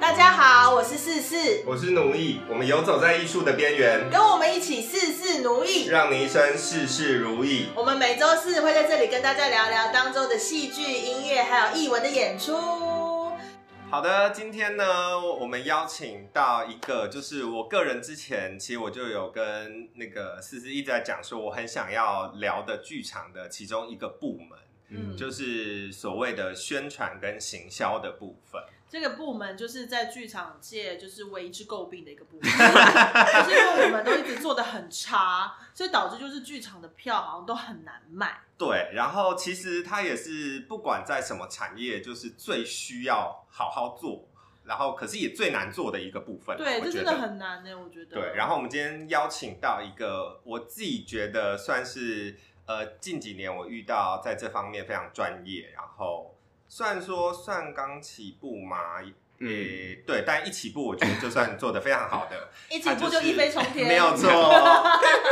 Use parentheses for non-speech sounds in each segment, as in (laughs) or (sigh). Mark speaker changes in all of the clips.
Speaker 1: 大家好，我是四四，
Speaker 2: 我是奴役，我们游走在艺术的边缘，
Speaker 1: 跟我们一起事事奴役。
Speaker 2: 让你一生事事如意。
Speaker 1: 我们每周四会在这里跟大家聊聊当周的戏剧、音乐还有艺文的演出。
Speaker 2: 好的，今天呢，我们邀请到一个，就是我个人之前其实我就有跟那个思思一直在讲说，我很想要聊的剧场的其中一个部门，
Speaker 1: 嗯，
Speaker 2: 就是所谓的宣传跟行销的部分。
Speaker 3: 这个部门就是在剧场界就是为之诟病的一个部门，就是因为我们都一直做的很差，所以导致就是剧场的票好像都很难卖。
Speaker 2: 对，然后其实它也是不管在什么产业，就是最需要好好做，然后可是也最难做的一个部分。
Speaker 3: 对，
Speaker 2: 我
Speaker 3: 这
Speaker 2: 觉
Speaker 3: 真
Speaker 2: 得
Speaker 3: 的很难呢、我觉得。
Speaker 2: 对，然后我们今天邀请到一个我自己觉得算是呃近几年我遇到在这方面非常专业，然后虽然说算刚起步嘛，也、
Speaker 3: 嗯
Speaker 4: 嗯
Speaker 2: 对，但一起步我觉得就算做得非常好的，
Speaker 3: (laughs) 一起步
Speaker 2: 他就
Speaker 3: 就是一飞冲天，
Speaker 2: 没
Speaker 3: (laughs)
Speaker 2: 有错，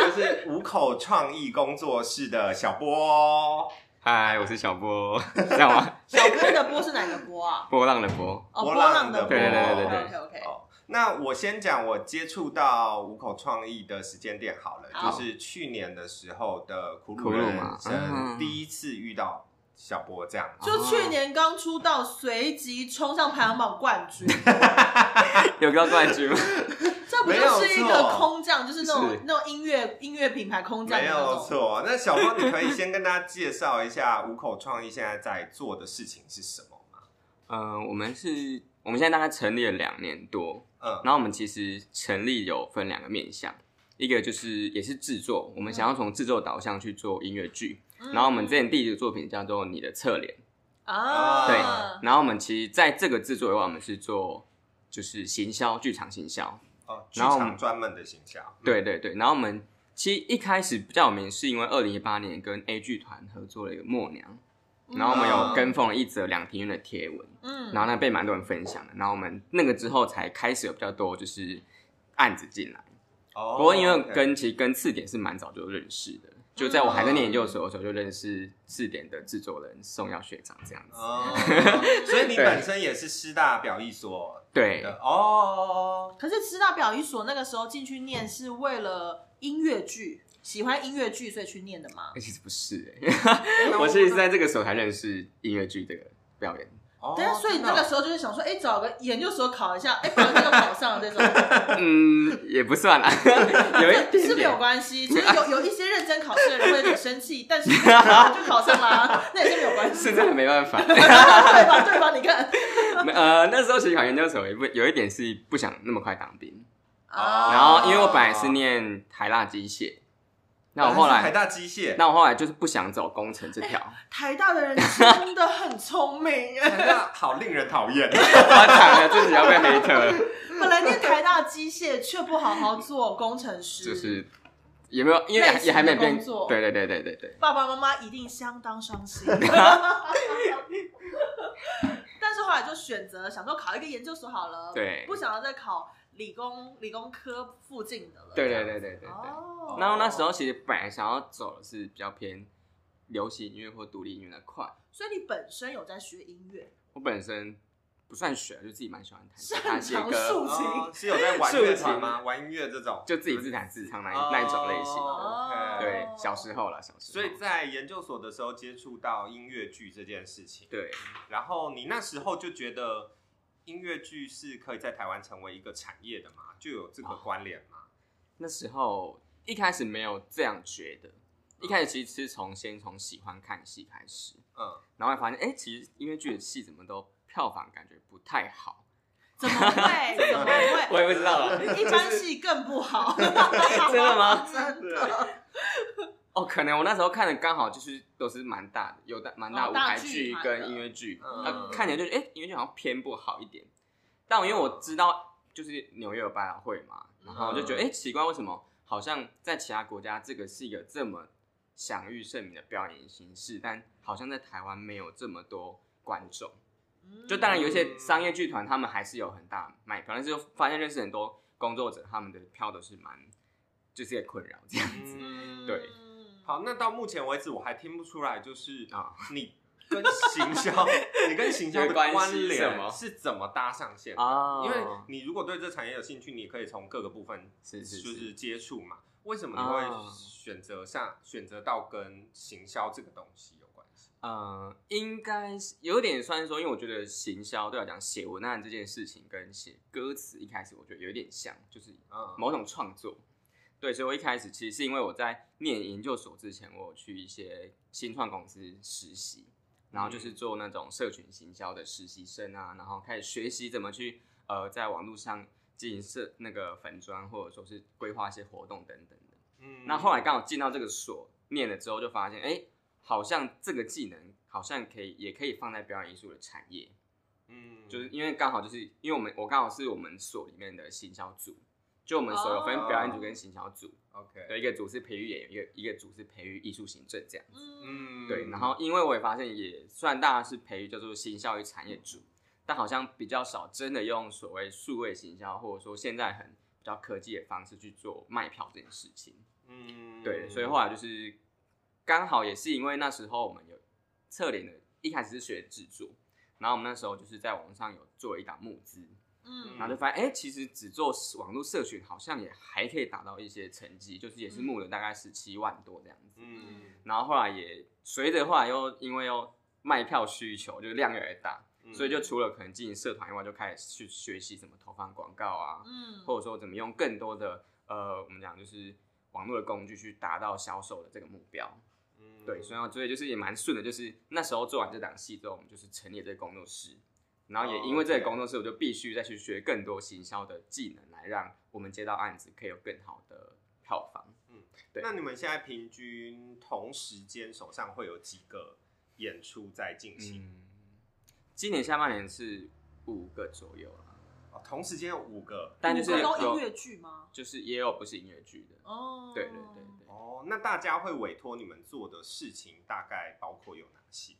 Speaker 2: 就是五口创意工作室的小波，哦
Speaker 4: 嗨，我是小波， (laughs) 这样吗？
Speaker 3: 小波的波是哪个波啊？
Speaker 4: 波浪的波，
Speaker 3: 哦，
Speaker 2: 波
Speaker 3: 波
Speaker 2: 浪
Speaker 3: 浪
Speaker 2: 的
Speaker 3: 的
Speaker 2: 波
Speaker 3: 波。
Speaker 4: 对对对
Speaker 3: OK
Speaker 4: 对
Speaker 3: OK。
Speaker 2: 哦，那我先讲我接触到五口创意的时间点好了，
Speaker 3: 好
Speaker 2: 就是去年的时候的苦鲁
Speaker 4: 苦鲁
Speaker 2: 人
Speaker 4: 嘛
Speaker 2: 生
Speaker 4: 嗯
Speaker 2: 第一次遇到小波
Speaker 3: (laughs)
Speaker 2: 这样，
Speaker 3: 就去年刚出道，随即冲上排行榜冠军，
Speaker 4: 有个冠 (laughs) 军吗？
Speaker 3: 这不就是一
Speaker 2: 没有
Speaker 3: 个
Speaker 2: 错
Speaker 3: 空降，就是那种
Speaker 4: 是
Speaker 3: 那种音乐音乐品牌空降的
Speaker 2: 没
Speaker 3: 那种。
Speaker 2: 有错。那小波，你可以先跟大家介绍一下五口创意现在在做的事情是什么吗？
Speaker 4: 嗯、我们是，我们现在大概成立了两年多，
Speaker 2: 嗯，
Speaker 4: 然后我们其实成立有分两个面向，一个就是也是制作，我们想要从制作导向去做音乐剧，
Speaker 3: 嗯
Speaker 4: 然后我们之前第一个作品叫做《你的侧脸》，
Speaker 3: 啊，
Speaker 4: 对，然后我们其实在这个制作以外，我们是做就是行销，剧场行销，
Speaker 2: 哦，剧
Speaker 4: 然后我
Speaker 2: 场
Speaker 4: 们
Speaker 2: 专门的嗯形象，
Speaker 4: 对对对，然后我们其实一开始比较有名，是因为二零一八年跟 A 剧团合作了一个《默娘》，然后我们
Speaker 2: 啊
Speaker 4: 有跟风了一则两庭院的贴文，
Speaker 3: 嗯，
Speaker 4: 然后呢被蛮多人分享的，然后我们那个之后才开始有比较多就是案子进来。
Speaker 2: 哦，
Speaker 4: 不过因为
Speaker 2: OK
Speaker 4: 跟其实跟次点是蛮早就认识
Speaker 3: 嗯
Speaker 4: 的，就在我还在念研究所的时候就认识次点的制作人宋耀学长这样
Speaker 3: 嗯
Speaker 4: 子。
Speaker 2: 哦， (laughs) 所以你
Speaker 4: 对
Speaker 2: 本身也是师大表艺所
Speaker 4: 对
Speaker 3: 啊
Speaker 2: 的哦，
Speaker 3: 可是师大表演所那个时候进去念是为了音乐剧，喜欢音乐剧所以去念的吗？
Speaker 4: 欸其实不是、
Speaker 2: 哦
Speaker 4: 欸，我是在这个时候才认识音乐剧这个表演。
Speaker 2: 哦
Speaker 3: 对啊，所以
Speaker 2: 真的
Speaker 3: 那
Speaker 2: 哦
Speaker 3: 个时候就是想说，哎、找个研究所考一下，哎、反正就考上了这种， (laughs)
Speaker 4: 嗯，也不算啦，有一
Speaker 2: 哎
Speaker 4: 点点
Speaker 3: 是没有关系。其实有有一些认真考试的人会很生气，但
Speaker 2: (laughs)
Speaker 3: 是就考上啦，那也是没有关系，
Speaker 4: 是真的没办法。 (laughs)
Speaker 3: 对吧？对吧？你看
Speaker 4: 没呃，那时候其实考研究所也不有一点是不想那么快当兵，
Speaker 2: 啊
Speaker 3: 哦
Speaker 4: 然后因为我本来是念台大机械，那我后
Speaker 2: 哦台
Speaker 4: 来，
Speaker 2: 大机械，
Speaker 4: 那我后来就是不想走工程这条， (laughs)
Speaker 3: 台大的人真的很聪明，
Speaker 2: (laughs) 台大好令人讨厌。
Speaker 4: 我惨了，自己要被黑特，
Speaker 3: 本来念台大机械却不好好做工程师，
Speaker 4: 就是也没有，因为
Speaker 3: 类
Speaker 4: 也
Speaker 3: 似
Speaker 4: 也还没
Speaker 3: 的
Speaker 4: 变，
Speaker 3: 工作
Speaker 4: 对对对对对对，
Speaker 3: 爸爸妈妈一定相当伤
Speaker 4: (laughs)
Speaker 3: 心。但是后来就选择想说考一个研究所好了，
Speaker 4: 对
Speaker 3: 不想要再考理工理工科附近的了。
Speaker 4: 对
Speaker 3: 这
Speaker 4: 对
Speaker 3: 样
Speaker 4: 对对对对。
Speaker 3: 哦，
Speaker 4: 然后那时候其实本来想要走的是比较偏流行音乐或独立音乐那块，
Speaker 3: 所以你本身有在学音乐，
Speaker 4: 我本身不算学，就自己蛮喜欢弹吉他、
Speaker 3: 擅
Speaker 4: 写
Speaker 3: 长
Speaker 4: 歌，
Speaker 3: 竖琴。
Speaker 2: (laughs) 哦是有哦在玩乐团吗？玩音乐这种，
Speaker 4: 就自己自弹自唱那一那一种类型。
Speaker 2: 哦
Speaker 3: 哦
Speaker 4: 对，小时候啦，小时候。
Speaker 2: 所以在研究所的时候接触到音乐剧这件事情，
Speaker 4: 对，
Speaker 2: 然后你那时候就觉得音乐剧是可以在台湾成为一个产业的嘛，就有这个关联嘛？
Speaker 4: 那时候一开始没有这样觉得，一开始其实是从先从喜欢看戏开始，
Speaker 2: 嗯，
Speaker 4: 然后发现哎、诶其实音乐剧的戏怎么都票房感觉不太 (laughs) 好，
Speaker 3: 怎么
Speaker 4: (laughs)
Speaker 3: 会？怎么会？
Speaker 4: 也不知 (laughs) 道啊，
Speaker 3: 一般戏更不
Speaker 4: (laughs)
Speaker 3: 好。 (laughs)
Speaker 4: 真的吗？
Speaker 3: 真的。
Speaker 4: 哦，可能我那时候看的刚好就是都是蛮大的，有的蛮大
Speaker 3: 哦
Speaker 4: 舞
Speaker 3: 大
Speaker 4: 台
Speaker 3: 剧
Speaker 4: 剧
Speaker 3: 团的
Speaker 4: 跟音乐剧，
Speaker 2: 嗯
Speaker 4: 那、看起来就是哎、诶音乐剧好像偏不好一点，但我因为我知道就是纽约有百老汇
Speaker 3: 嗯
Speaker 4: 嘛，然后我就觉得哎、诶奇怪，为什么好像在其他国家这个是一个这么享誉盛名的表演形式，但好像在台湾没有这么多观众。就当然有一些商业剧团，他们还是有很大卖票，但是就发现认识很多工作者，他们的票都是蛮就是也困扰这样子。
Speaker 2: 嗯
Speaker 4: 对
Speaker 3: 嗯
Speaker 2: 好，那到目前为止我还听不出来，就是
Speaker 4: 啊
Speaker 2: 你跟行 (laughs) 销，你跟行销的
Speaker 4: 有关系
Speaker 2: 关
Speaker 4: 什么
Speaker 2: 联是怎么搭上线的？
Speaker 4: (laughs) 啊
Speaker 2: 因为你如果对这产业有兴趣，你也可以从各个部分
Speaker 4: 是是
Speaker 2: 就是是接触嘛。为什么你
Speaker 4: 啊
Speaker 2: 会选择像选择到跟行销这个东西有关系？
Speaker 4: 呃，应该是有点算是说，因为我觉得行销对我来讲，写文案这件事情跟写歌词一开始我觉得有点像，就是
Speaker 2: 嗯，
Speaker 4: 某种创作。对，所以我一开始其实是因为我在念研究所之前，我有去一些新创公司实习，然后就是做那种社群行销的实习生啊，然后开始学习怎么去呃在网络上进行社那个粉砖，或者说是规划一些活动等等的。
Speaker 2: 嗯
Speaker 4: 那后来刚好进到这个所念了之后，就发现哎、诶好像这个技能好像可以也可以放在表演艺术的产业，
Speaker 2: 嗯
Speaker 4: 就是因为刚好就是因为我们我刚好是我们所里面的行销组，就我们所有分
Speaker 2: 哦
Speaker 4: 表演组跟行销组，
Speaker 2: OK，
Speaker 4: 对，一个组是培育演员，一个一个组是培育艺术行政这样。
Speaker 3: 嗯，
Speaker 2: 嗯
Speaker 4: 对，然后因为我也发现也，虽然大家是培育叫做新效益产业组，但好像比较少真的用所谓数位行销，或者说现在很比较科技的方式去做卖票这件事情。
Speaker 2: 嗯
Speaker 4: 对，所以后来就是刚好也是因为那时候我们有策联的，一开始是学制作，然后我们那时候就是在网上有做一档募资，
Speaker 3: 嗯
Speaker 4: 然后就发现哎、诶其实只做网络社群好像也还可以达到一些成绩，就是也
Speaker 3: 嗯
Speaker 4: 是募了大概十七万多这样子，
Speaker 2: 嗯
Speaker 4: 然后后来也随着后来又因为又卖票需求就量越来越大，
Speaker 2: 嗯
Speaker 4: 所以就除了可能经营社团以外，就开始去学习怎么投放广告啊，
Speaker 3: 嗯，
Speaker 4: 或者说怎么用更多的呃，我们讲就是网络的工具去达到销售的这个目标。
Speaker 2: 嗯
Speaker 4: 对，所以所以就是也蛮顺的，就是那时候做完这档戏之后，我们就是成立了这个工作室，然后也
Speaker 2: 哦
Speaker 4: 因为这个
Speaker 2: OK
Speaker 4: 工作室，我就必须再去学更多行销的技能，来让我们接到案子可以有更好的票房。对
Speaker 2: 那你们现在平均同时间手上会有几个演出在进行？
Speaker 4: 嗯，今年下半年是五个左右了，
Speaker 2: 哦同时间有五个
Speaker 4: 但就是
Speaker 3: 都
Speaker 4: 有
Speaker 3: 音乐剧吗？
Speaker 4: 就是也有不是音乐剧的，
Speaker 3: 哦，
Speaker 4: 对对对对。
Speaker 2: 哦。那大家会委托你们做的事情大概包括有哪些？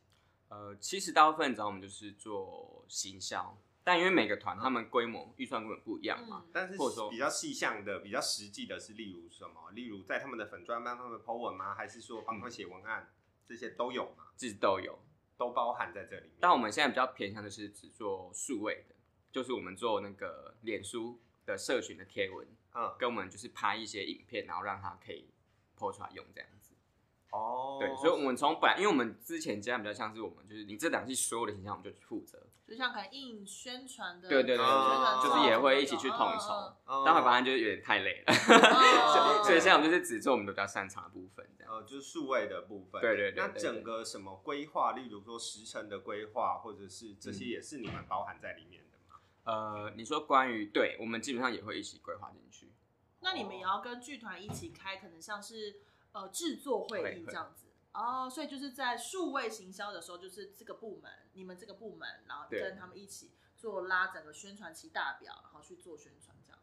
Speaker 4: 呃，其实大部分找我们就是做行销，但因为每个团他们规模预算根本不一样嘛，
Speaker 3: 嗯，
Speaker 2: 但是
Speaker 4: 或者说
Speaker 2: 比较细项的、比较实际的是，例如什么？例如在他们的粉专帮他们 po 文吗？还是说帮
Speaker 4: 嗯
Speaker 2: 他们写文案？这些都有
Speaker 3: 嗯
Speaker 2: 吗？
Speaker 4: 自己都有。
Speaker 2: 都包含在这里面。
Speaker 4: 但我们现在比较偏向就是只做数位的，就是我们做那个脸书的社群的贴文，
Speaker 2: 嗯
Speaker 4: 跟我们就是拍一些影片，然后让它可以 po 出来用这样子。
Speaker 2: 哦，
Speaker 4: 对，所以我们从本来，因为我们之前这样比较像是我们就是你这档戏所有的形象我们就去负责，
Speaker 3: 就像可能印宣传的，
Speaker 4: 对对对
Speaker 3: 宣
Speaker 2: 对
Speaker 3: 传
Speaker 2: 就是也
Speaker 4: 会一起去统筹
Speaker 3: 嗯
Speaker 2: 嗯
Speaker 4: 但会发现就是有点太累了， (laughs)
Speaker 3: 哦
Speaker 4: 所以现在我们就是只做我们都比较擅长的部分这样。
Speaker 2: 呃，就是数位的部分。
Speaker 4: 对对对对
Speaker 2: 那整个什么规划，例如说时程的规划，或者是这
Speaker 4: 嗯
Speaker 2: 些，也是你们包含在里面的吗？
Speaker 4: 呃，你说关于对我们基本上也会一起规划进去，
Speaker 3: 那你们也要跟剧团一起开，可能像是呃制作会
Speaker 4: 会
Speaker 3: 议
Speaker 4: 会
Speaker 3: 这样子哦，所以就是在数位行销的时候，就是这个部门，你们这个部门，然后
Speaker 4: 对
Speaker 3: 跟他们一起做拉整个宣传期大表，然后去做宣传这样。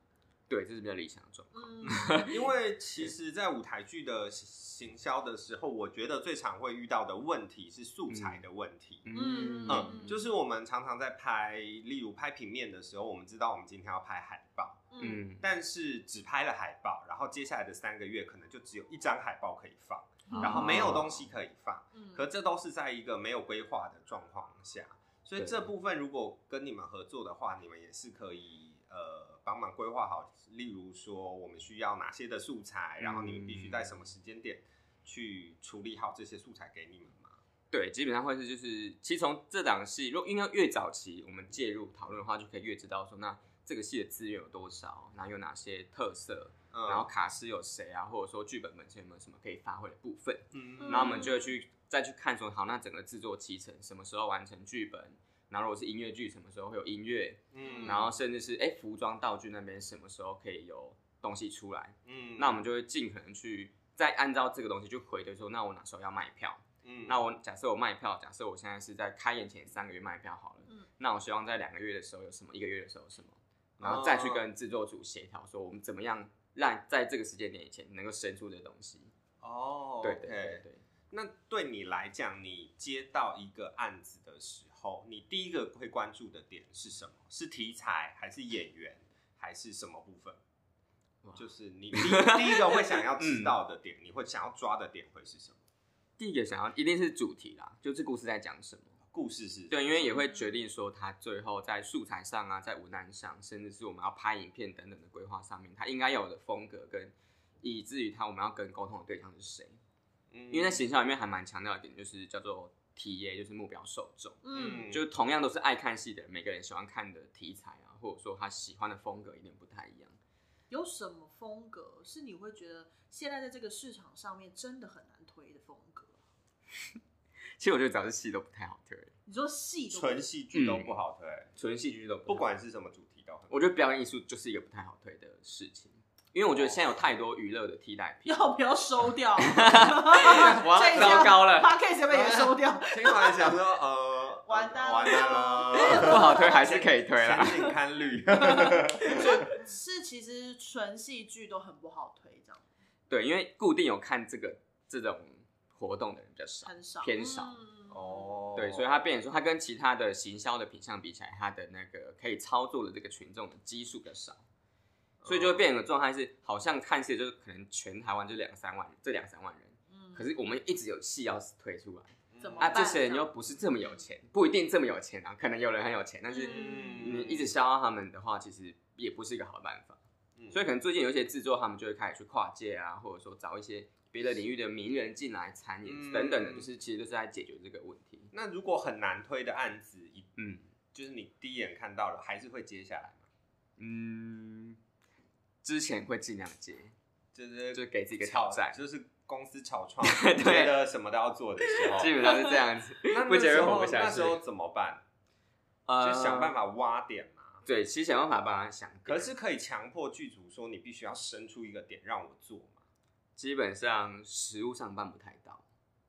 Speaker 4: 对，这是比较理想的状况。
Speaker 3: 嗯，
Speaker 2: 因为其实，在舞台剧的行销的时候，我觉得最常会遇到的问题是素材的问题。
Speaker 3: 嗯
Speaker 2: 嗯，
Speaker 3: 嗯
Speaker 2: 就是我们常常在拍，例如拍平面的时候，我们知道我们今天要拍海报，
Speaker 3: 嗯
Speaker 4: (laughs) 嗯，
Speaker 2: 但是只拍了海报，然后接下来的三个月可能就只有一张海报可以放，
Speaker 4: 哦
Speaker 2: 然后没有东西可以放。
Speaker 3: 嗯
Speaker 2: 可这都是在一个没有规划的状况下，所以
Speaker 4: 对
Speaker 2: 这部分如果跟你们合作的话，你们也是可以呃帮忙规划好，例如说我们需要哪些的素
Speaker 4: 嗯
Speaker 2: 材，然后你们必须在什么时间点去处理好这些素材给你们嘛。
Speaker 4: 对，基本上会是就是，其实从这档戏，如果应该越早期我们介入讨论的话，就可以越知道说，那这个戏的资源有多少，然后有哪些特色，
Speaker 2: 嗯，
Speaker 4: 然后卡司有谁啊，或者说剧本本身有没有什么可以发挥的部分，
Speaker 2: 嗯
Speaker 4: 然后我们就会去再去看说，好，那整个制作期程什么时候完成剧本，然后如果是音乐剧，什么时候会有音乐，
Speaker 2: 嗯
Speaker 4: 然后甚至是哎、服装道具那边什么时候可以有东西出来，
Speaker 2: 嗯
Speaker 4: 那我们就会尽可能去再按照这个东西去回推说，那我哪时候要卖票。
Speaker 2: 嗯
Speaker 4: 那我假设我卖票，假设我现在是在开演前三个月卖票好了，
Speaker 3: 嗯
Speaker 4: 那我希望在两个月的时候有什么，一个月的时候有什么，然后再去跟制作组协调，说我们怎么样让在这个时间点以前能够生出这东西。
Speaker 2: 哦，
Speaker 4: 对
Speaker 2: OK
Speaker 4: 对对对，
Speaker 2: 那对你来讲，你接到一个案子的时候，你第一个会关注的点是什么？是题材，还是演员，还是什么部分
Speaker 4: 哇？
Speaker 2: (laughs) 就是你第一第一个会想要知道的点，你会想要抓的点会是什么？
Speaker 4: 第一个想要一定是主题啦，就是故事在讲什么。
Speaker 2: 故事是
Speaker 4: 对，因为也会决定说他最后在素材上啊，在文案上，甚至是我们要拍影片等等的规划上面，他应该有的风格跟，以至于他我们要跟沟通的对象是谁。
Speaker 2: 因
Speaker 4: 因为在行销里面还蛮强调一点，就是叫做 TA，就是目标受众，
Speaker 3: 嗯，
Speaker 4: 就是同样都是爱看戏的人，每个人喜欢看的题材啊，或者说他喜欢的风格有点不太一样。
Speaker 3: 有什么风格是你会觉得现在在这个市场上面真的很难推的风格？
Speaker 4: 其实我觉得早是戏都不太好推，
Speaker 3: 你说戏都
Speaker 2: 纯戏剧都不好推，
Speaker 4: 纯戏剧都
Speaker 2: 不
Speaker 4: 不管
Speaker 2: 管是什么主题都很。
Speaker 4: 我觉得表演艺术就是一个不太好推的事情，因为我觉得现在有太多娱乐的替代品。
Speaker 3: (laughs) 要不要收掉？
Speaker 4: 哇
Speaker 3: 这一下
Speaker 4: 糟糕了
Speaker 3: p o d c a s 要不要也收掉？
Speaker 2: 听完想说，
Speaker 3: (laughs)
Speaker 2: 呃，
Speaker 3: 完蛋了
Speaker 2: 完蛋
Speaker 4: (laughs)
Speaker 2: 了，
Speaker 4: 不好推还 (laughs) 是可以推啦
Speaker 2: 前景堪虑。
Speaker 3: 是其实纯戏剧都很不好推，这样
Speaker 4: 对，因为固定有看这个这种活动的人比较少，
Speaker 3: 很少
Speaker 4: 偏少。
Speaker 3: 嗯
Speaker 2: 哦，
Speaker 4: 对，所以它变成说，它跟其他的行销的品项比起来，它的那个可以操作的这个群众的基数比较少，所以就会变成一个状态是，好像看戏就是可能全台湾就两三万，这两三万人，
Speaker 3: 嗯
Speaker 4: 可是我们一直有戏要推出来，
Speaker 3: 怎么
Speaker 2: 嗯
Speaker 4: 啊，
Speaker 3: 办
Speaker 4: 这些人又不是这么有钱，不一定这么有钱啊，可能有人很有钱，但是
Speaker 2: 嗯
Speaker 4: 你一直消耗他们的话，其实也不是一个好的办法。所以可能最近有一些制作，他们就会开始去跨界啊，或者说找一些别的领域的名人进来参演、
Speaker 2: 嗯
Speaker 4: 等等的，就是其实就是在解决这个问题。
Speaker 2: 那如果很难推的案子，一
Speaker 4: 嗯
Speaker 2: 就是你第一眼看到了，还是会接下来嘛？
Speaker 4: 嗯，之前会尽量接，
Speaker 2: 就是
Speaker 4: 就给自己一个
Speaker 2: 炒
Speaker 4: 挑战，
Speaker 2: 就是公司炒
Speaker 4: (laughs)
Speaker 2: 创
Speaker 4: 对
Speaker 2: 觉得什么都要做的时候，
Speaker 4: (laughs) 基本上是这
Speaker 2: (laughs)
Speaker 4: 样子。
Speaker 2: 那
Speaker 4: 不
Speaker 2: 那
Speaker 4: 解
Speaker 2: 时
Speaker 4: 约
Speaker 2: 候
Speaker 4: 活不下去
Speaker 2: 那时候怎么办？
Speaker 4: 呃
Speaker 2: 就想办。法挖点嘛。
Speaker 4: 对，其实想办法帮他想点。
Speaker 2: 可是可以强迫剧组说你必须要生出一个点让我做嘛，
Speaker 4: 基本上实物上办不太到。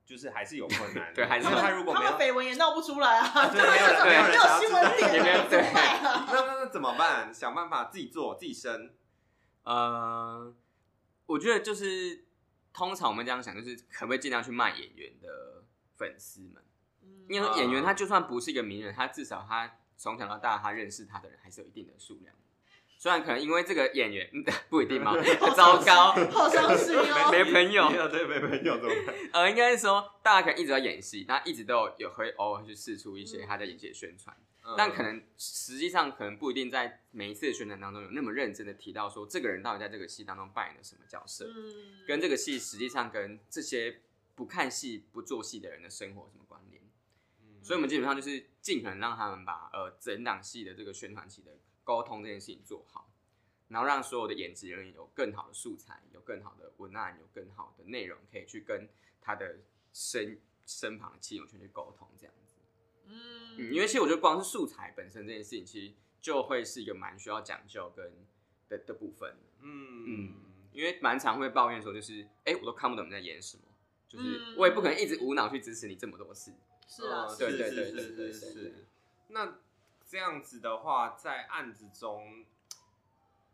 Speaker 2: 就是还是有困难的。
Speaker 4: (laughs) 对还是
Speaker 2: 因
Speaker 3: 他们
Speaker 2: 为他如果
Speaker 3: 他
Speaker 2: 没有
Speaker 3: 们，
Speaker 2: (laughs)
Speaker 3: 绯闻也闹不出来啊， (laughs)
Speaker 2: 对，没有人
Speaker 4: 对
Speaker 2: 没有
Speaker 3: 没
Speaker 2: 人
Speaker 3: 有
Speaker 2: 想要
Speaker 3: 新
Speaker 2: 知道
Speaker 3: 闻点
Speaker 4: 没有
Speaker 3: 啊，
Speaker 4: 人
Speaker 3: 怎
Speaker 4: 对
Speaker 3: 么办啊？
Speaker 2: 那那那怎么办？想办法自己做自己生。
Speaker 4: 呃，我觉得就是通常我们这样想，就是可不可以尽量去卖演员的粉丝们，
Speaker 3: 嗯
Speaker 4: 因为
Speaker 2: 啊
Speaker 4: 演员他就算不是一个名人，他至少他从小到大他认识他的人还是有一定的数量。虽然可能因为这个演员嗯不一定
Speaker 2: (laughs)
Speaker 4: 嘛，糟糕，
Speaker 3: 好伤心哦。
Speaker 4: (laughs) 没朋友
Speaker 2: 没有对没朋友怎么办？
Speaker 4: 呃，应该是说大家可能一直在演戏，那一直都有有会偶尔去试出一些他在演戏的宣传， (laughs)
Speaker 2: 嗯
Speaker 4: 但可能实际上可能不一定在每一次的宣传当中有那么认真的提到说这个人到底在这个戏当中扮演了什么角色，
Speaker 3: 嗯
Speaker 4: 跟这个戏实际上跟这些不看戏、不做戏的人的生活有什么关联？
Speaker 2: 嗯
Speaker 4: 所以我们基本上就是尽可能让他们把呃整档戏的这个宣传期的沟通这件事情做好，然后让所有的演职人员有更好的素材、有更好的文案、有更好的内容可以去跟他的身身旁的亲友圈去沟通，这样子。嗯，
Speaker 3: 嗯
Speaker 4: 因为其实我觉得光是素材本身这件事情，其实就会是一个蛮需要讲究跟的的部分。
Speaker 2: 嗯
Speaker 4: 因为蛮常会抱怨说，就是哎、诶我都看不懂你在演什么，就是
Speaker 3: 嗯
Speaker 4: 我也不可能一直无脑去支持你这么多次。
Speaker 3: 是啊，
Speaker 2: 嗯
Speaker 3: 是
Speaker 4: 哦对
Speaker 2: 是
Speaker 4: 对
Speaker 2: 是
Speaker 4: 对
Speaker 2: 是
Speaker 4: 对
Speaker 2: 是
Speaker 4: 对
Speaker 2: 是
Speaker 4: 对对
Speaker 2: 那这样子的话，在案子中，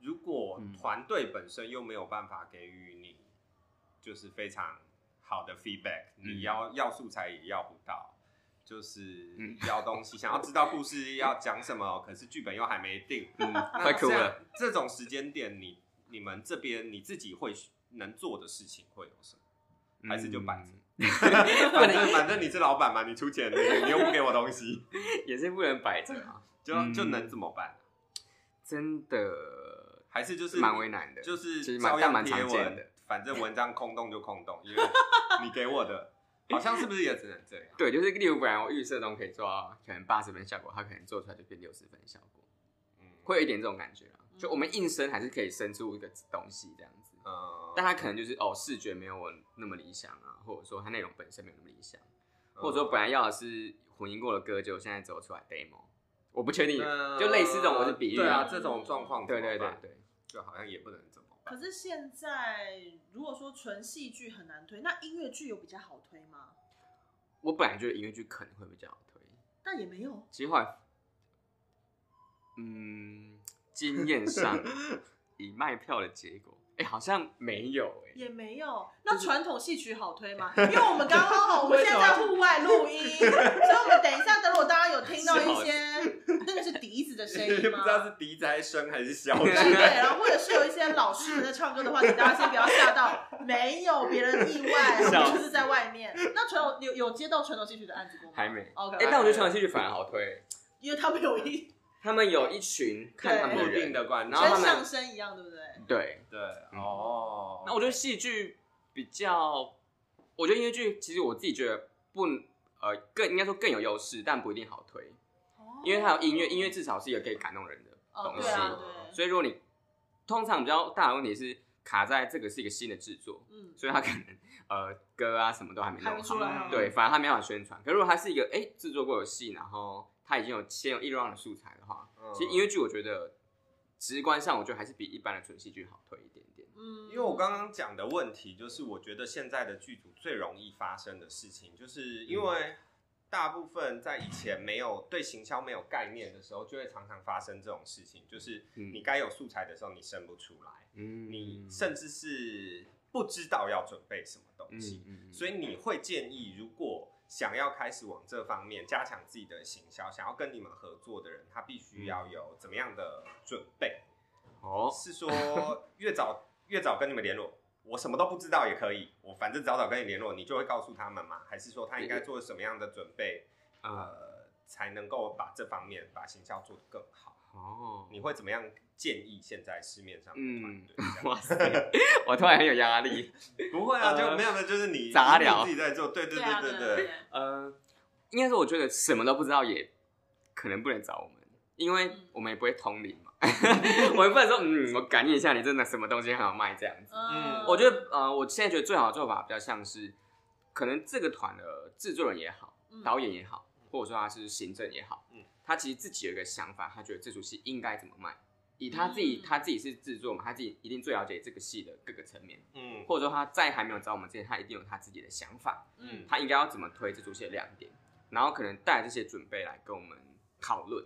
Speaker 2: 如果
Speaker 4: 嗯
Speaker 2: 团队本身又没有办法给予你就是非常好的 feedback，、
Speaker 4: 嗯
Speaker 2: 你要要素材也要不到，就是
Speaker 4: 嗯
Speaker 2: 要东西， (laughs) 想要知道故事要讲什么，可是剧本又还没定， (laughs) (laughs)
Speaker 4: 嗯，
Speaker 2: 那
Speaker 4: 快哭
Speaker 2: 这样
Speaker 4: 了。。
Speaker 2: 这种时间点，你你们这边你自己会能做的事情会有什么？还是就摆着
Speaker 4: 嗯，
Speaker 2: 反正反正你是老板嘛，你出钱，你你又不给我东西，
Speaker 4: 也是不能摆着啊，
Speaker 2: (laughs) 就
Speaker 4: 嗯
Speaker 2: 就能怎么办？
Speaker 4: 真的
Speaker 2: 还是就是
Speaker 4: 蛮为难的，
Speaker 2: 就是
Speaker 4: 其实
Speaker 2: 照
Speaker 4: 蛮但
Speaker 2: 样
Speaker 4: 蛮
Speaker 2: 贴
Speaker 4: 常见的
Speaker 2: 文。，反正文章空洞就空洞，
Speaker 4: (laughs)
Speaker 2: 因为你给我的，好像是不是也只能这样？
Speaker 4: 对，就是例如本来我预设中可以做到可能八十分效果，它可能做出来就变六十分效果，
Speaker 2: 嗯，
Speaker 4: 会有一点这种感觉啊。就
Speaker 3: 嗯
Speaker 4: 我们硬生还是可以生出一个东西这样子，
Speaker 2: 嗯，
Speaker 4: 但它可能就是哦视觉没有我那么理想啊，或者说它内容本身没有那么理想。
Speaker 2: 嗯
Speaker 4: 或者说本来要的是混音过的歌，就现在走出来 demo，我不确定，
Speaker 2: 嗯
Speaker 4: 就类似这种，我是比喻
Speaker 2: 对啊，
Speaker 4: 啊，
Speaker 2: 这种状况
Speaker 4: 对
Speaker 2: 怎么
Speaker 4: 对对
Speaker 2: 办，
Speaker 4: 对，
Speaker 2: 就好像也不能怎么办。
Speaker 3: 可是现在如果说纯戏剧很难推，那音乐剧有比较好推吗？
Speaker 4: 我本来觉得音乐剧可能会比较好推，
Speaker 3: 但也没有，
Speaker 4: 其实后来，嗯，经验 (laughs) 上以卖票的结果，哎、好像没有哎、
Speaker 3: 也没有。那传统戏曲好推吗？因为我们刚刚我们现在 (laughs) 在户外录音，所以我们等一下，等我大家有听到一些那个是笛子子的声
Speaker 2: (laughs) 不
Speaker 3: 音
Speaker 2: 知道
Speaker 3: 吗？
Speaker 2: 是笛子还是笙还是
Speaker 4: (laughs)
Speaker 2: 箫之
Speaker 3: 对，
Speaker 2: 类的。
Speaker 3: 然后或者是有一些老师们在唱歌的话，请大家先不要吓到，没有别人意外，我
Speaker 4: 笑
Speaker 3: 们
Speaker 4: 死
Speaker 3: 就是在外面。那传统有有接到传统戏曲的案子过吗哦
Speaker 4: 还没。
Speaker 3: ？OK，
Speaker 4: 哎、但我觉得传统戏剧反而好推，
Speaker 3: 因为他们有一
Speaker 4: 他们有一群看他们的
Speaker 2: 固定
Speaker 4: 人，
Speaker 2: 的观众，
Speaker 4: 然后他
Speaker 3: 跟相
Speaker 4: 们
Speaker 3: 声一样，对不对？
Speaker 4: 对。
Speaker 2: 对哦，
Speaker 4: 那我觉得戏剧比较，我觉得音乐剧其实我自己觉得不呃更应该说更有优势，但不一定好推，因为它有音乐，音乐至少是一个可以感动人的。
Speaker 3: 哦，
Speaker 4: 懂
Speaker 3: 对啊，
Speaker 4: 事
Speaker 3: 对，
Speaker 4: 所以如果你通常比较大的问题是卡在这个是一个新的制作，
Speaker 3: 嗯，
Speaker 4: 所以它可能呃歌啊什么都还没
Speaker 3: 还没
Speaker 4: 弄
Speaker 3: 出
Speaker 4: 好，
Speaker 3: 来啊，
Speaker 4: 对，反而它没办法宣传。可如果它是一个哎制、作过的戏，然后它已经有先有一轮的素材的话，
Speaker 2: 嗯
Speaker 4: 其实音乐剧我觉得直观上我觉得还是比一般的纯戏剧好推一点点。
Speaker 3: 嗯，
Speaker 2: 因为我刚刚讲的问题，就是我觉得现在的剧组最容易发生的事情，就是
Speaker 4: 嗯
Speaker 2: 因为大部分在以前没有对行销没有概念的时候，就会常常发生这种事情，就是
Speaker 4: 嗯
Speaker 2: 你该有素材的时候你生不出来，
Speaker 4: 嗯
Speaker 2: 你甚至是不知道要准备什么东西，
Speaker 4: 嗯
Speaker 2: 所以你会建议，如果想要开始往这方面加强自己的行销，想要跟你们合作的人，他必
Speaker 4: 嗯
Speaker 2: 须要有怎么样的准备？
Speaker 4: 哦，
Speaker 2: 是说越早越早跟你们联络，我什么都不知道也可以，我反正早早跟你联络，你就会告诉他们吗？还是说他应该做什么样的准备，
Speaker 4: 呃，
Speaker 2: 呃，才能够把这方面把行销做得更好？
Speaker 4: 哦，
Speaker 2: 你会怎么样建议现在市面上的团队这样？
Speaker 4: 哇塞，我突然很有压力。
Speaker 2: 嗯 (laughs) 不会啊，
Speaker 4: 呃
Speaker 2: 就没有的，就是你
Speaker 4: 杂
Speaker 2: 你
Speaker 4: 聊
Speaker 2: 自己在做，对对
Speaker 3: 啊，
Speaker 2: 对
Speaker 3: 对啊
Speaker 2: 对
Speaker 3: 对
Speaker 2: 对，
Speaker 3: 啊，
Speaker 4: 呃，应该说我觉得什么都不知道也可能不能找我们，因为我们也不会通灵嘛， (laughs) 我也不能说嗯，我感应一下你真的什么东西很好卖这样子。
Speaker 2: 嗯
Speaker 4: 我觉得呃，我现在觉得最好的做法比较像是，可能这个团的制作人也好，导演也好，或者说他是行政也好，
Speaker 2: 嗯
Speaker 4: 他其实自己有一个想法，他觉得这出戏应该怎么卖。以他自己，
Speaker 3: 嗯
Speaker 4: 他自己是制作嘛，他自己一定最了解这个戏的各个层面，
Speaker 2: 嗯
Speaker 4: 或者说他在还没有找我们之前，他一定有他自己的想法，
Speaker 2: 嗯
Speaker 4: 他应该要怎么推这出戏的亮点，然后可能带这些准备来跟我们讨论。